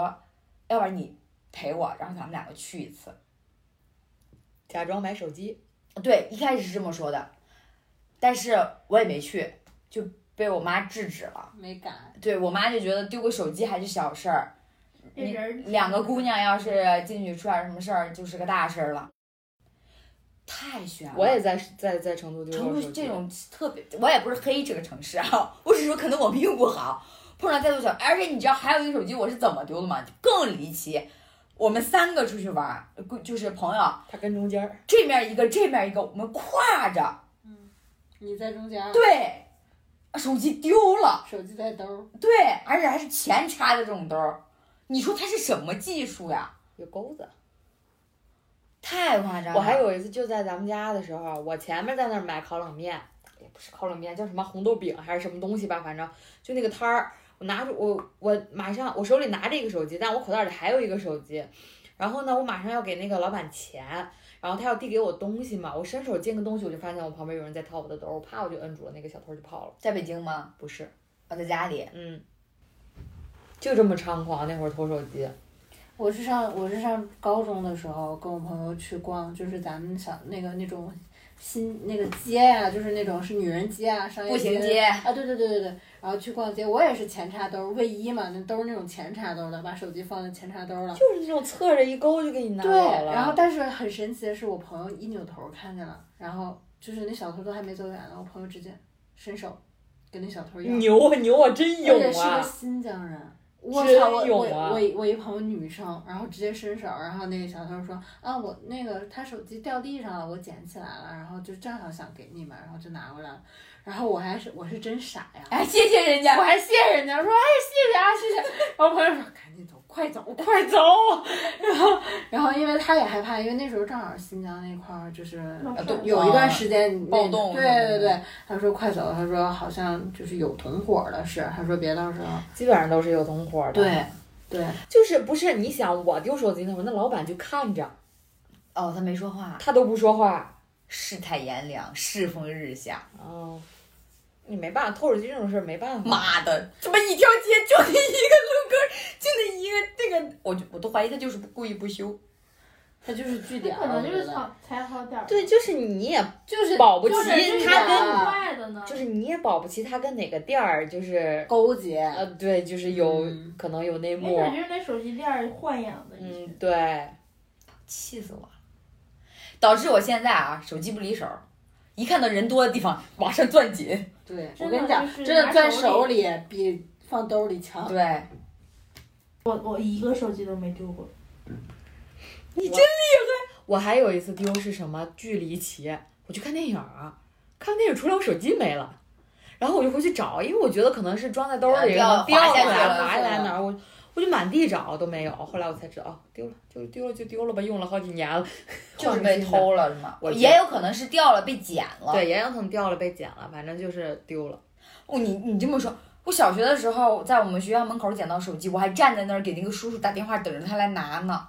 [SPEAKER 2] 要不然你陪我，然后咱们两个去一次。
[SPEAKER 1] 假装买手机，
[SPEAKER 2] 对，一开始是这么说的，但是我也没去，就被我妈制止了。
[SPEAKER 5] 没敢，
[SPEAKER 2] 对我妈就觉得丢个手机还是小事儿，
[SPEAKER 3] 这人
[SPEAKER 2] 两个姑娘要是进去出点什么事儿，就是个大事儿了。太悬了！
[SPEAKER 1] 我也在在在成都丢
[SPEAKER 2] 成
[SPEAKER 1] 过
[SPEAKER 2] 都
[SPEAKER 1] 手机
[SPEAKER 2] 这种特别，我也不是黑这个城市啊，我只是说可能我们用不好，碰上再多小，而且你知道还有一个手机我是怎么丢的吗？更离奇，我们三个出去玩儿，呃就是朋友
[SPEAKER 1] 他跟中间儿，
[SPEAKER 2] 这面一个这面一个，我们挎着，
[SPEAKER 5] 你在中间，，
[SPEAKER 2] 对，手机丢了，
[SPEAKER 5] 手机在兜，
[SPEAKER 2] 对，而且还是前插的这种兜儿，你说它是什么技术呀？
[SPEAKER 1] 有钩子。
[SPEAKER 2] 太夸张了！
[SPEAKER 1] 我还有一次就在咱们家的时候，啊我前面在那儿买烤冷面，也不是烤冷面，叫什么红豆饼还是什么东西吧，反正就那个摊儿，我拿着我我马上我手里拿着一个手机，但我口袋里还有一个手机，然后呢，我马上要给那个老板钱，然后他要递给我东西嘛，我伸手进个东西，我就发现我旁边有人在掏我的兜儿，我啪我就摁住了，那个小偷就跑了，
[SPEAKER 2] 在北京吗？
[SPEAKER 1] 不是，
[SPEAKER 2] 我在家里，
[SPEAKER 1] 嗯，就这么猖狂，那会儿偷手机，
[SPEAKER 4] 我是上我是上高中的时候，跟我朋友去逛，就是咱们小那个那种新那个街呀、就是那种是女人街啊，商业
[SPEAKER 2] 步行街
[SPEAKER 4] 啊，对对对对对。然后去逛街，我也是前插兜，卫衣嘛，那都是那种前插兜的，把手机放在前插兜了。
[SPEAKER 1] 就是那种侧着一勾就给你拿走
[SPEAKER 4] 对，
[SPEAKER 1] 了，
[SPEAKER 4] 然后但是很神奇的是，我朋友一扭头看见了，然后就是那小偷都还没走远呢，我朋友直接伸手跟那小偷要，
[SPEAKER 1] 牛啊牛啊，真
[SPEAKER 4] 而
[SPEAKER 1] 勇
[SPEAKER 4] 且是个
[SPEAKER 1] 啊！
[SPEAKER 4] 新疆人。我
[SPEAKER 1] 真
[SPEAKER 4] 操！我
[SPEAKER 1] 勇
[SPEAKER 4] 我
[SPEAKER 1] 啊
[SPEAKER 4] 我一我一朋友女生，然后直接伸手，然后那个小偷说啊，我那个他手机掉地上了，我捡起来了，然后就正好想给你们，然后就拿过来了，然后我还是我是真傻呀，
[SPEAKER 2] 哎，谢谢人家
[SPEAKER 4] 我。还谢人家说哎谢谢啊谢谢，然后我朋友说赶紧走，快走，快走！然后，然后因为他也害怕，因为那时候正好新疆那块儿就是
[SPEAKER 5] 闹
[SPEAKER 2] 事儿
[SPEAKER 4] 有
[SPEAKER 1] 啊
[SPEAKER 4] 一段时间
[SPEAKER 2] 暴动
[SPEAKER 4] 对
[SPEAKER 2] 什么的
[SPEAKER 4] 对对，他说快走，他说好像就是有同伙的事，他说别到时候
[SPEAKER 1] 基本上都是有同伙的。，
[SPEAKER 4] 对对，
[SPEAKER 1] 就是不是你想我丢手机那会儿，那老板就看着，
[SPEAKER 2] 哦，他没说话，
[SPEAKER 1] 他都不说话。
[SPEAKER 2] 世态炎凉，世风日下，
[SPEAKER 1] 哦，你没办法，偷手机这种事儿没办法。
[SPEAKER 2] 妈的，怎么一条街就那一个路口，就那一个 (laughs) 那个，我就我都怀疑他就是故意不修。
[SPEAKER 4] 他就是据点儿，
[SPEAKER 5] 可能就
[SPEAKER 4] 我
[SPEAKER 5] 是
[SPEAKER 4] 觉得
[SPEAKER 5] 好才好点儿，
[SPEAKER 1] 对，就是你也
[SPEAKER 4] 就是
[SPEAKER 1] 保不齐
[SPEAKER 5] 就是就是
[SPEAKER 1] 他
[SPEAKER 5] 挺
[SPEAKER 1] 跟
[SPEAKER 4] 啊
[SPEAKER 5] 快的呢，
[SPEAKER 1] 就是你也保不齐他跟哪个店儿就是
[SPEAKER 4] 勾结，
[SPEAKER 1] 呃对，就是有、
[SPEAKER 2] 嗯
[SPEAKER 1] 可能有内
[SPEAKER 5] 没
[SPEAKER 1] 幕
[SPEAKER 5] 准。哎就是那手机链儿豢养的一
[SPEAKER 1] 嗯
[SPEAKER 5] 群，，
[SPEAKER 1] 对，
[SPEAKER 2] 气死我了！导致我现在啊，手机不离手，一看到人多的地方马上攥紧。
[SPEAKER 4] 对
[SPEAKER 5] 真的
[SPEAKER 4] 我跟你讲
[SPEAKER 5] 就，是
[SPEAKER 4] 真的
[SPEAKER 5] 拿
[SPEAKER 4] 攥
[SPEAKER 5] 手
[SPEAKER 4] 手里比放兜里
[SPEAKER 1] 啊
[SPEAKER 4] 强。
[SPEAKER 2] 对，
[SPEAKER 5] 我我一个手机都没丢
[SPEAKER 4] (laughs)
[SPEAKER 5] 过，
[SPEAKER 1] 我还有一次丢是什么？距离奇，我去看电影啊，看完电影出来我手机没了，然后我就回去找，因为我觉得可能是装在兜里
[SPEAKER 2] 啊掉
[SPEAKER 1] 了，掉
[SPEAKER 2] 滑下去
[SPEAKER 1] 来
[SPEAKER 2] 了
[SPEAKER 1] 滑
[SPEAKER 2] 是
[SPEAKER 1] 下来
[SPEAKER 2] 吗
[SPEAKER 1] 哪儿，我我就满地找都没有。后来我才知道，哦，丢了，就丢了就丢了吧，用了好几年了， (laughs)
[SPEAKER 2] 就是
[SPEAKER 1] 换
[SPEAKER 2] 被
[SPEAKER 1] 新的。
[SPEAKER 2] 偷了是吗？
[SPEAKER 1] 我觉得
[SPEAKER 2] 也有可能是掉了被捡了。，
[SPEAKER 1] 对，也有可能掉了被捡了，反正就是丢了。
[SPEAKER 2] 哦，你你这么说，我小学的时候在我们学校门口捡到手机，我还站在那儿给那个叔叔打电话，等着他来拿呢。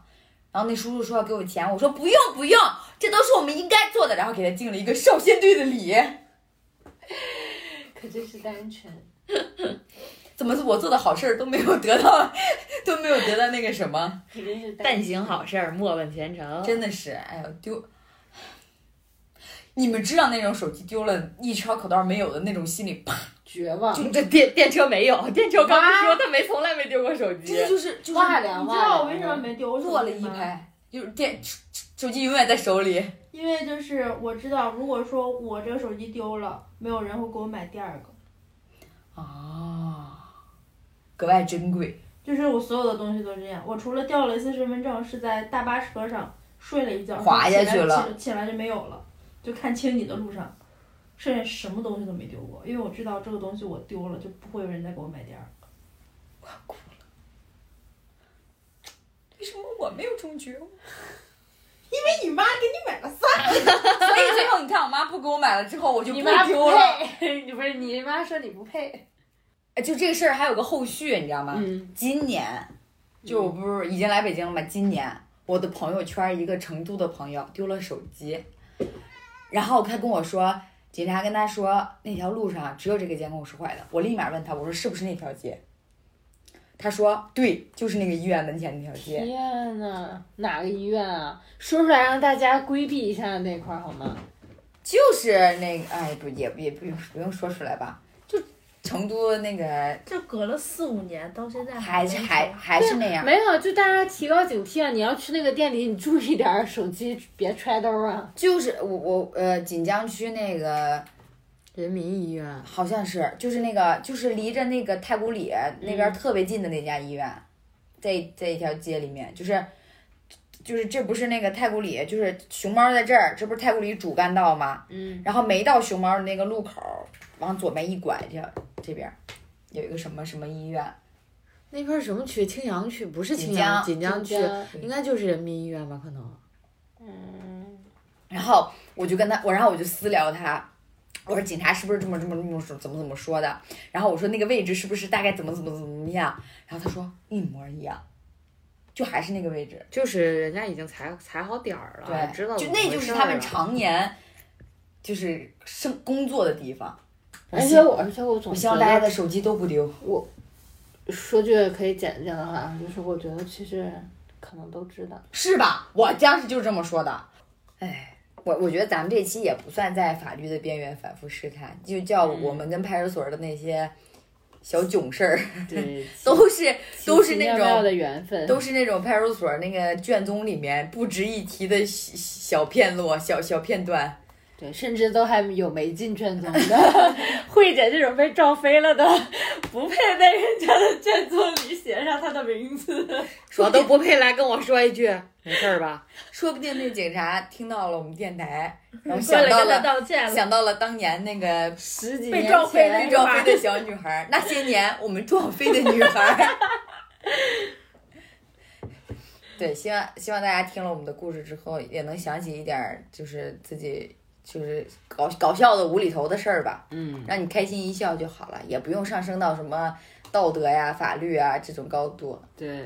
[SPEAKER 2] 然后那叔叔说要给我钱，我说不用不用，这都是我们应该做的。然后给他敬了一个少先队的礼。
[SPEAKER 4] 可真是单纯。
[SPEAKER 2] 怎么我做的好事儿都没有得到， (laughs) 都没有得到那个什么？
[SPEAKER 4] 肯定是
[SPEAKER 1] 但行好事儿，莫问前程。
[SPEAKER 2] 真的是，哎呦丢！你们知道那种手机丢了一抄口袋没有的那种心理，啪！
[SPEAKER 4] 绝望，
[SPEAKER 1] 就嗯这电电车没有，电车刚不说他没从来没丢过手机。
[SPEAKER 2] 这就是就是
[SPEAKER 4] 哇凉
[SPEAKER 5] 你
[SPEAKER 4] 哇
[SPEAKER 5] 知
[SPEAKER 4] 凉
[SPEAKER 5] 道我为什么没丢过手机吗
[SPEAKER 2] 落了一拍，就是电手机永远在手里。
[SPEAKER 5] 因为就是我知道，如果说我这个手机丢了，没有人会给我买第二个，
[SPEAKER 2] 啊，格外珍贵。
[SPEAKER 5] 就是我所有的东西都这样。我除了掉了一次身份证，是在大巴车上睡了一觉，
[SPEAKER 2] 滑下去了
[SPEAKER 5] 起来起，起来就没有了，就看清你的路上，剩下什么东西都没丢过，因为我知道这个东西我丢了，就不会有人再给我买第二个。
[SPEAKER 2] 为什么我没有中绝？
[SPEAKER 5] 因为你妈给你买了三，
[SPEAKER 2] 所以最后你看，我妈不给我买了之后，我就不
[SPEAKER 4] 你妈
[SPEAKER 2] 丢
[SPEAKER 4] 不
[SPEAKER 2] 了。
[SPEAKER 4] 配，你不是你妈说你不配。
[SPEAKER 2] 哎就这个事儿还有个后续，你知道吗？
[SPEAKER 4] 嗯，
[SPEAKER 2] 今年，就我不是已经来北京了吗？今年我的朋友圈一个成都的朋友丢了手机，然后他跟我说，警察跟他说那条路上只有这个监控是坏的。我立马问他，我说是不是那条街？他说对，就是那个医院门前那条街。
[SPEAKER 4] 天呐，哪个医院啊？说出来让大家规避一下那块儿好吗？
[SPEAKER 2] 就是那个，哎，不也也不用不用说出来吧，就成都那个
[SPEAKER 3] 这隔了四五年，到现在
[SPEAKER 2] 还是还还是那样，
[SPEAKER 4] 没有，就大家提高警惕啊！你要去那个店里，你注意点儿，手机别揣兜儿啊。
[SPEAKER 2] 就是我我呃锦江区那个
[SPEAKER 1] 人民医院，
[SPEAKER 2] 好像是就是那个就是离着那个太古里那边特别近的那家医院，在在一条街里面，就是就是这不是那个太古里，就是熊猫在这儿，这不是太古里主干道吗？
[SPEAKER 4] 嗯，
[SPEAKER 2] 然后没到熊猫的那个路口，往左边一拐，这这边有一个什么什么医院。
[SPEAKER 1] 那边儿什么区？青羊区不是青
[SPEAKER 2] 锦
[SPEAKER 1] 羊，
[SPEAKER 2] 江
[SPEAKER 1] 锦江区，
[SPEAKER 2] 对
[SPEAKER 1] 应该就是人民医院吧？可能。
[SPEAKER 4] 嗯，
[SPEAKER 2] 然后我就跟他，我然后我就私聊他，我说警察是不是这么这么这么说怎么怎么说的？然后我说那个位置是不是大概怎么怎么怎么样？然后他说一模一样，就还是那个位置。
[SPEAKER 1] 就是人家已经踩踩好点儿了，
[SPEAKER 2] 对，
[SPEAKER 1] 知道
[SPEAKER 2] 就
[SPEAKER 1] 怎么
[SPEAKER 2] 那
[SPEAKER 1] 回
[SPEAKER 2] 就是
[SPEAKER 1] 事
[SPEAKER 2] 他
[SPEAKER 1] 儿啊
[SPEAKER 2] 们
[SPEAKER 1] 了
[SPEAKER 2] 常年就是生工作的地方。
[SPEAKER 4] 而且我而且我总
[SPEAKER 2] 我希
[SPEAKER 4] 觉
[SPEAKER 2] 望大家
[SPEAKER 4] 得，
[SPEAKER 2] 的手机都不丢。
[SPEAKER 4] 说句可以简简的话，就是我觉得其实可能都知道。
[SPEAKER 2] 是吧？我当时就是这么说的。哎，我我觉得咱们这期也不算在法律的边缘反复试探，就叫我们跟派出所的那些小囧事儿，
[SPEAKER 4] 对，
[SPEAKER 2] 都是都是那
[SPEAKER 4] 嗯奇奇妙妙
[SPEAKER 2] 种
[SPEAKER 4] 的缘分，
[SPEAKER 2] 都是那种派出所那个卷宗里面不值一提的小小片落、小小片段。
[SPEAKER 4] 对，甚至都还有没进卷宗 (laughs) 的，慧姐这种被撞飞了的， (laughs) 不配在人家的卷宗里写上她的名字。
[SPEAKER 1] 我都不配来跟我说一句，没事儿吧？
[SPEAKER 2] 说不定那警察听到了我们电台，然后
[SPEAKER 3] 过
[SPEAKER 2] 想
[SPEAKER 3] 来
[SPEAKER 2] 到
[SPEAKER 3] 跟他
[SPEAKER 2] 了
[SPEAKER 3] 道歉了。
[SPEAKER 2] 啊想到了当年那个
[SPEAKER 4] 十几
[SPEAKER 3] (laughs) 被
[SPEAKER 4] 年
[SPEAKER 3] 撞飞的
[SPEAKER 4] 前
[SPEAKER 2] 被撞飞的小女孩儿，那些年我们撞飞的女孩儿。 (laughs) 对，希望希望大家听了我们的故事之后，也能想起一点儿，就是自己就是搞搞笑的无厘头的事儿吧，
[SPEAKER 4] 嗯，
[SPEAKER 2] 让你开心一笑就好了，也不用上升到什么道德呀、法律啊这种高度。
[SPEAKER 4] 对，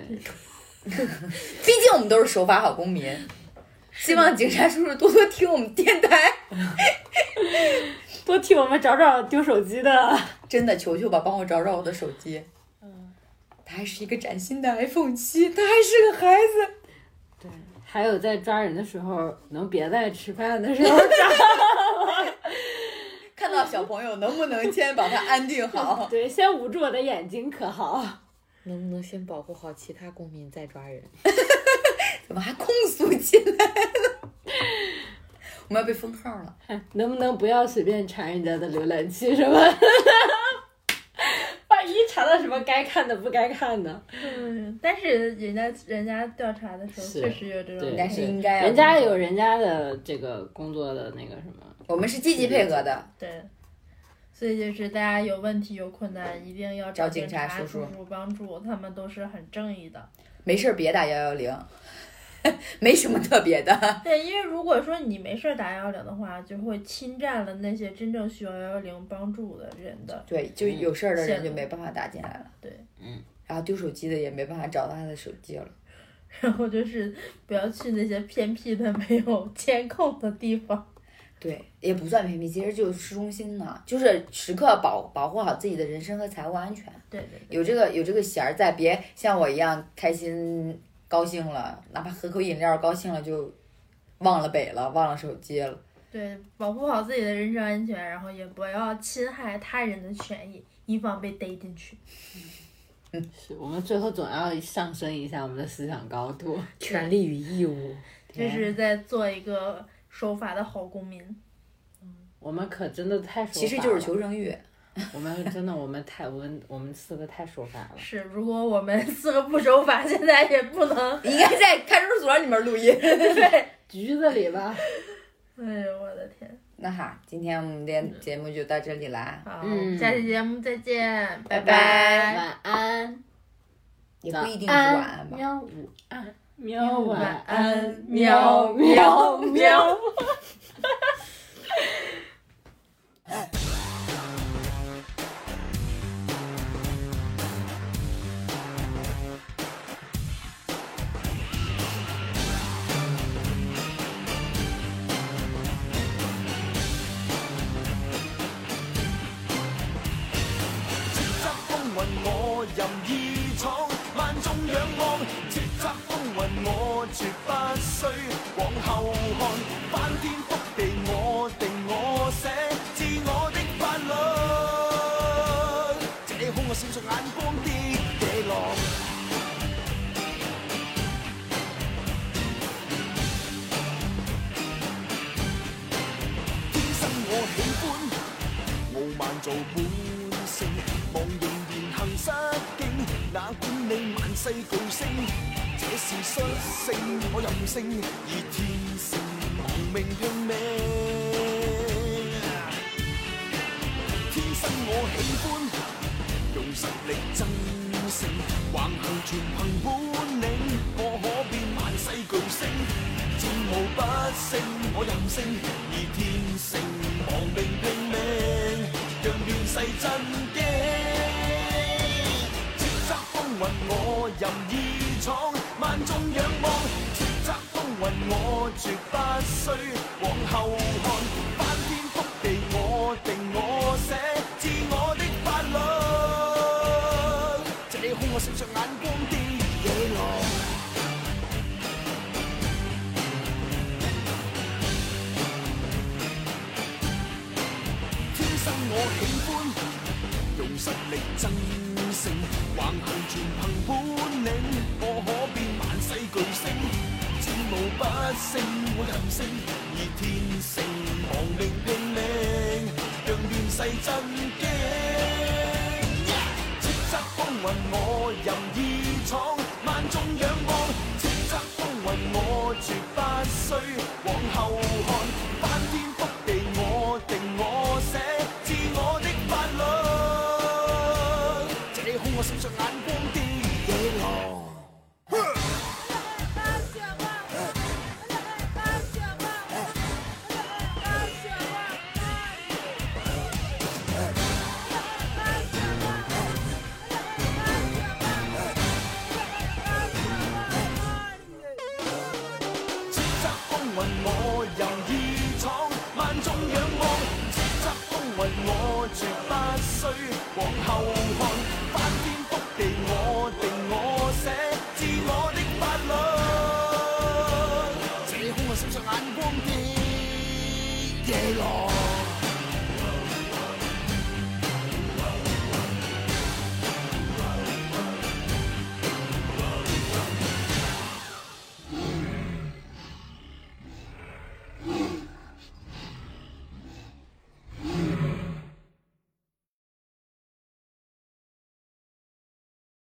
[SPEAKER 2] 毕竟我们都是守法好公民。希望警察叔叔多多听我们电台，
[SPEAKER 4] (laughs) 多替我们找找丢手机的。
[SPEAKER 2] 真的求求吧，帮我找找我的手机。嗯，它还是一个崭新的 iPhone 七，它还是个孩子。
[SPEAKER 4] 对，还有在抓人的时候，能别在吃饭的时候抓。？
[SPEAKER 2] 看到小朋友能不能先把他安定
[SPEAKER 4] (laughs)
[SPEAKER 2] 好
[SPEAKER 4] (laughs) 对，先捂住我的眼睛可好？
[SPEAKER 1] 能不能先保护好其他公民再抓人？
[SPEAKER 2] 怎么还控诉进来了？我们要被封号了。
[SPEAKER 4] 能不能不要随便查人家的浏览器什么？万一查到什么该看的不该看的，
[SPEAKER 3] 嗯，但是人家人家调查的时候
[SPEAKER 4] 是
[SPEAKER 3] 确实有这种
[SPEAKER 4] 对，
[SPEAKER 2] 但是应该啊
[SPEAKER 4] 人家有人家的这个工作的那个什么，
[SPEAKER 2] 我们是积极配合的，
[SPEAKER 3] 对，所以就是大家有问题有困难，一定要
[SPEAKER 2] 找
[SPEAKER 3] 警
[SPEAKER 2] 警察
[SPEAKER 3] 叔
[SPEAKER 2] 叔叔
[SPEAKER 3] 帮助，他们都是很正义的。
[SPEAKER 2] 没事儿别打幺幺零， (laughs) 没什么特别的。
[SPEAKER 3] (laughs) 对，因为如果说你没事儿打幺幺零的话，就会侵占了那些真正需要幺幺零帮助的人的。
[SPEAKER 2] 对，就有事儿的人
[SPEAKER 3] 嗯
[SPEAKER 2] 就没办法打进来了。
[SPEAKER 3] 对，
[SPEAKER 4] 嗯，
[SPEAKER 2] 然后丢手机的也没办法找到他的手机了。
[SPEAKER 3] 然后就是不要去那些偏僻的没有监控的地方。
[SPEAKER 2] 对，也不算偏僻，其实就是市中心呢，就是时刻保保护好自己的人身和财务安全。
[SPEAKER 3] 对对对，
[SPEAKER 2] 有这个有这个弦儿在，别像我一样开心高兴了，哪怕喝口饮料高兴了就忘了北了，忘了手机了。
[SPEAKER 3] 对，保护好自己的人身安全，然后也不要侵害他人的权益，以防被逮进去。
[SPEAKER 4] 是我们最后总要上升一下我们的思想高度。
[SPEAKER 1] 权利与义务，
[SPEAKER 3] 这是在做一个守法的好公民。
[SPEAKER 4] 我们可真的太守法
[SPEAKER 2] 其实就是
[SPEAKER 4] 了
[SPEAKER 2] 求生欲，
[SPEAKER 4] 我们真的我们太我们我们四个太守法了。
[SPEAKER 3] 是，如果我们四个不守法， (laughs) 现在也不能。
[SPEAKER 2] 应该在看守所里面录音。
[SPEAKER 4] (laughs)
[SPEAKER 2] (laughs)
[SPEAKER 4] 局子里吧，
[SPEAKER 3] 哎呦，我的天！
[SPEAKER 2] 那哈，今天我们的节目就到这里啦，
[SPEAKER 3] 好，
[SPEAKER 4] 嗯
[SPEAKER 3] 下期节目再见，拜
[SPEAKER 2] 拜
[SPEAKER 4] 晚安，
[SPEAKER 2] 也不一定是晚安吧。
[SPEAKER 4] 喵午安，喵晚安，
[SPEAKER 3] 喵
[SPEAKER 4] 喵
[SPEAKER 3] 喵喵。
[SPEAKER 7] 叱咤風雲我任意闖，萬眾仰望。叱咤風雲我絕不需往後看，翻天覆地我定我寫，自我的法律。這空我閃烁眼光的野狼。天生我喜歡。傲慢做本性，望仍然行失敬，哪管你萬世巨星，這是率性，我任性，而天性亡命拼命。天生我喜歡用實力爭勝，橫行全憑本領，我可變萬世巨星，戰無不勝，我任性而天性，亡命拼命，讓亂世震驚。叱咤風雲我任意闖，萬眾仰望。叱咤風雲我絕不需往後看，翻天覆地我定我寫，自我的法律。這空我閃着眼光的野狼。天生我喜歡。用實力爭勝，橫行全憑本領，我可變萬世巨星，戰無不勝，我任性而天性，亡命拼命，讓亂世震驚。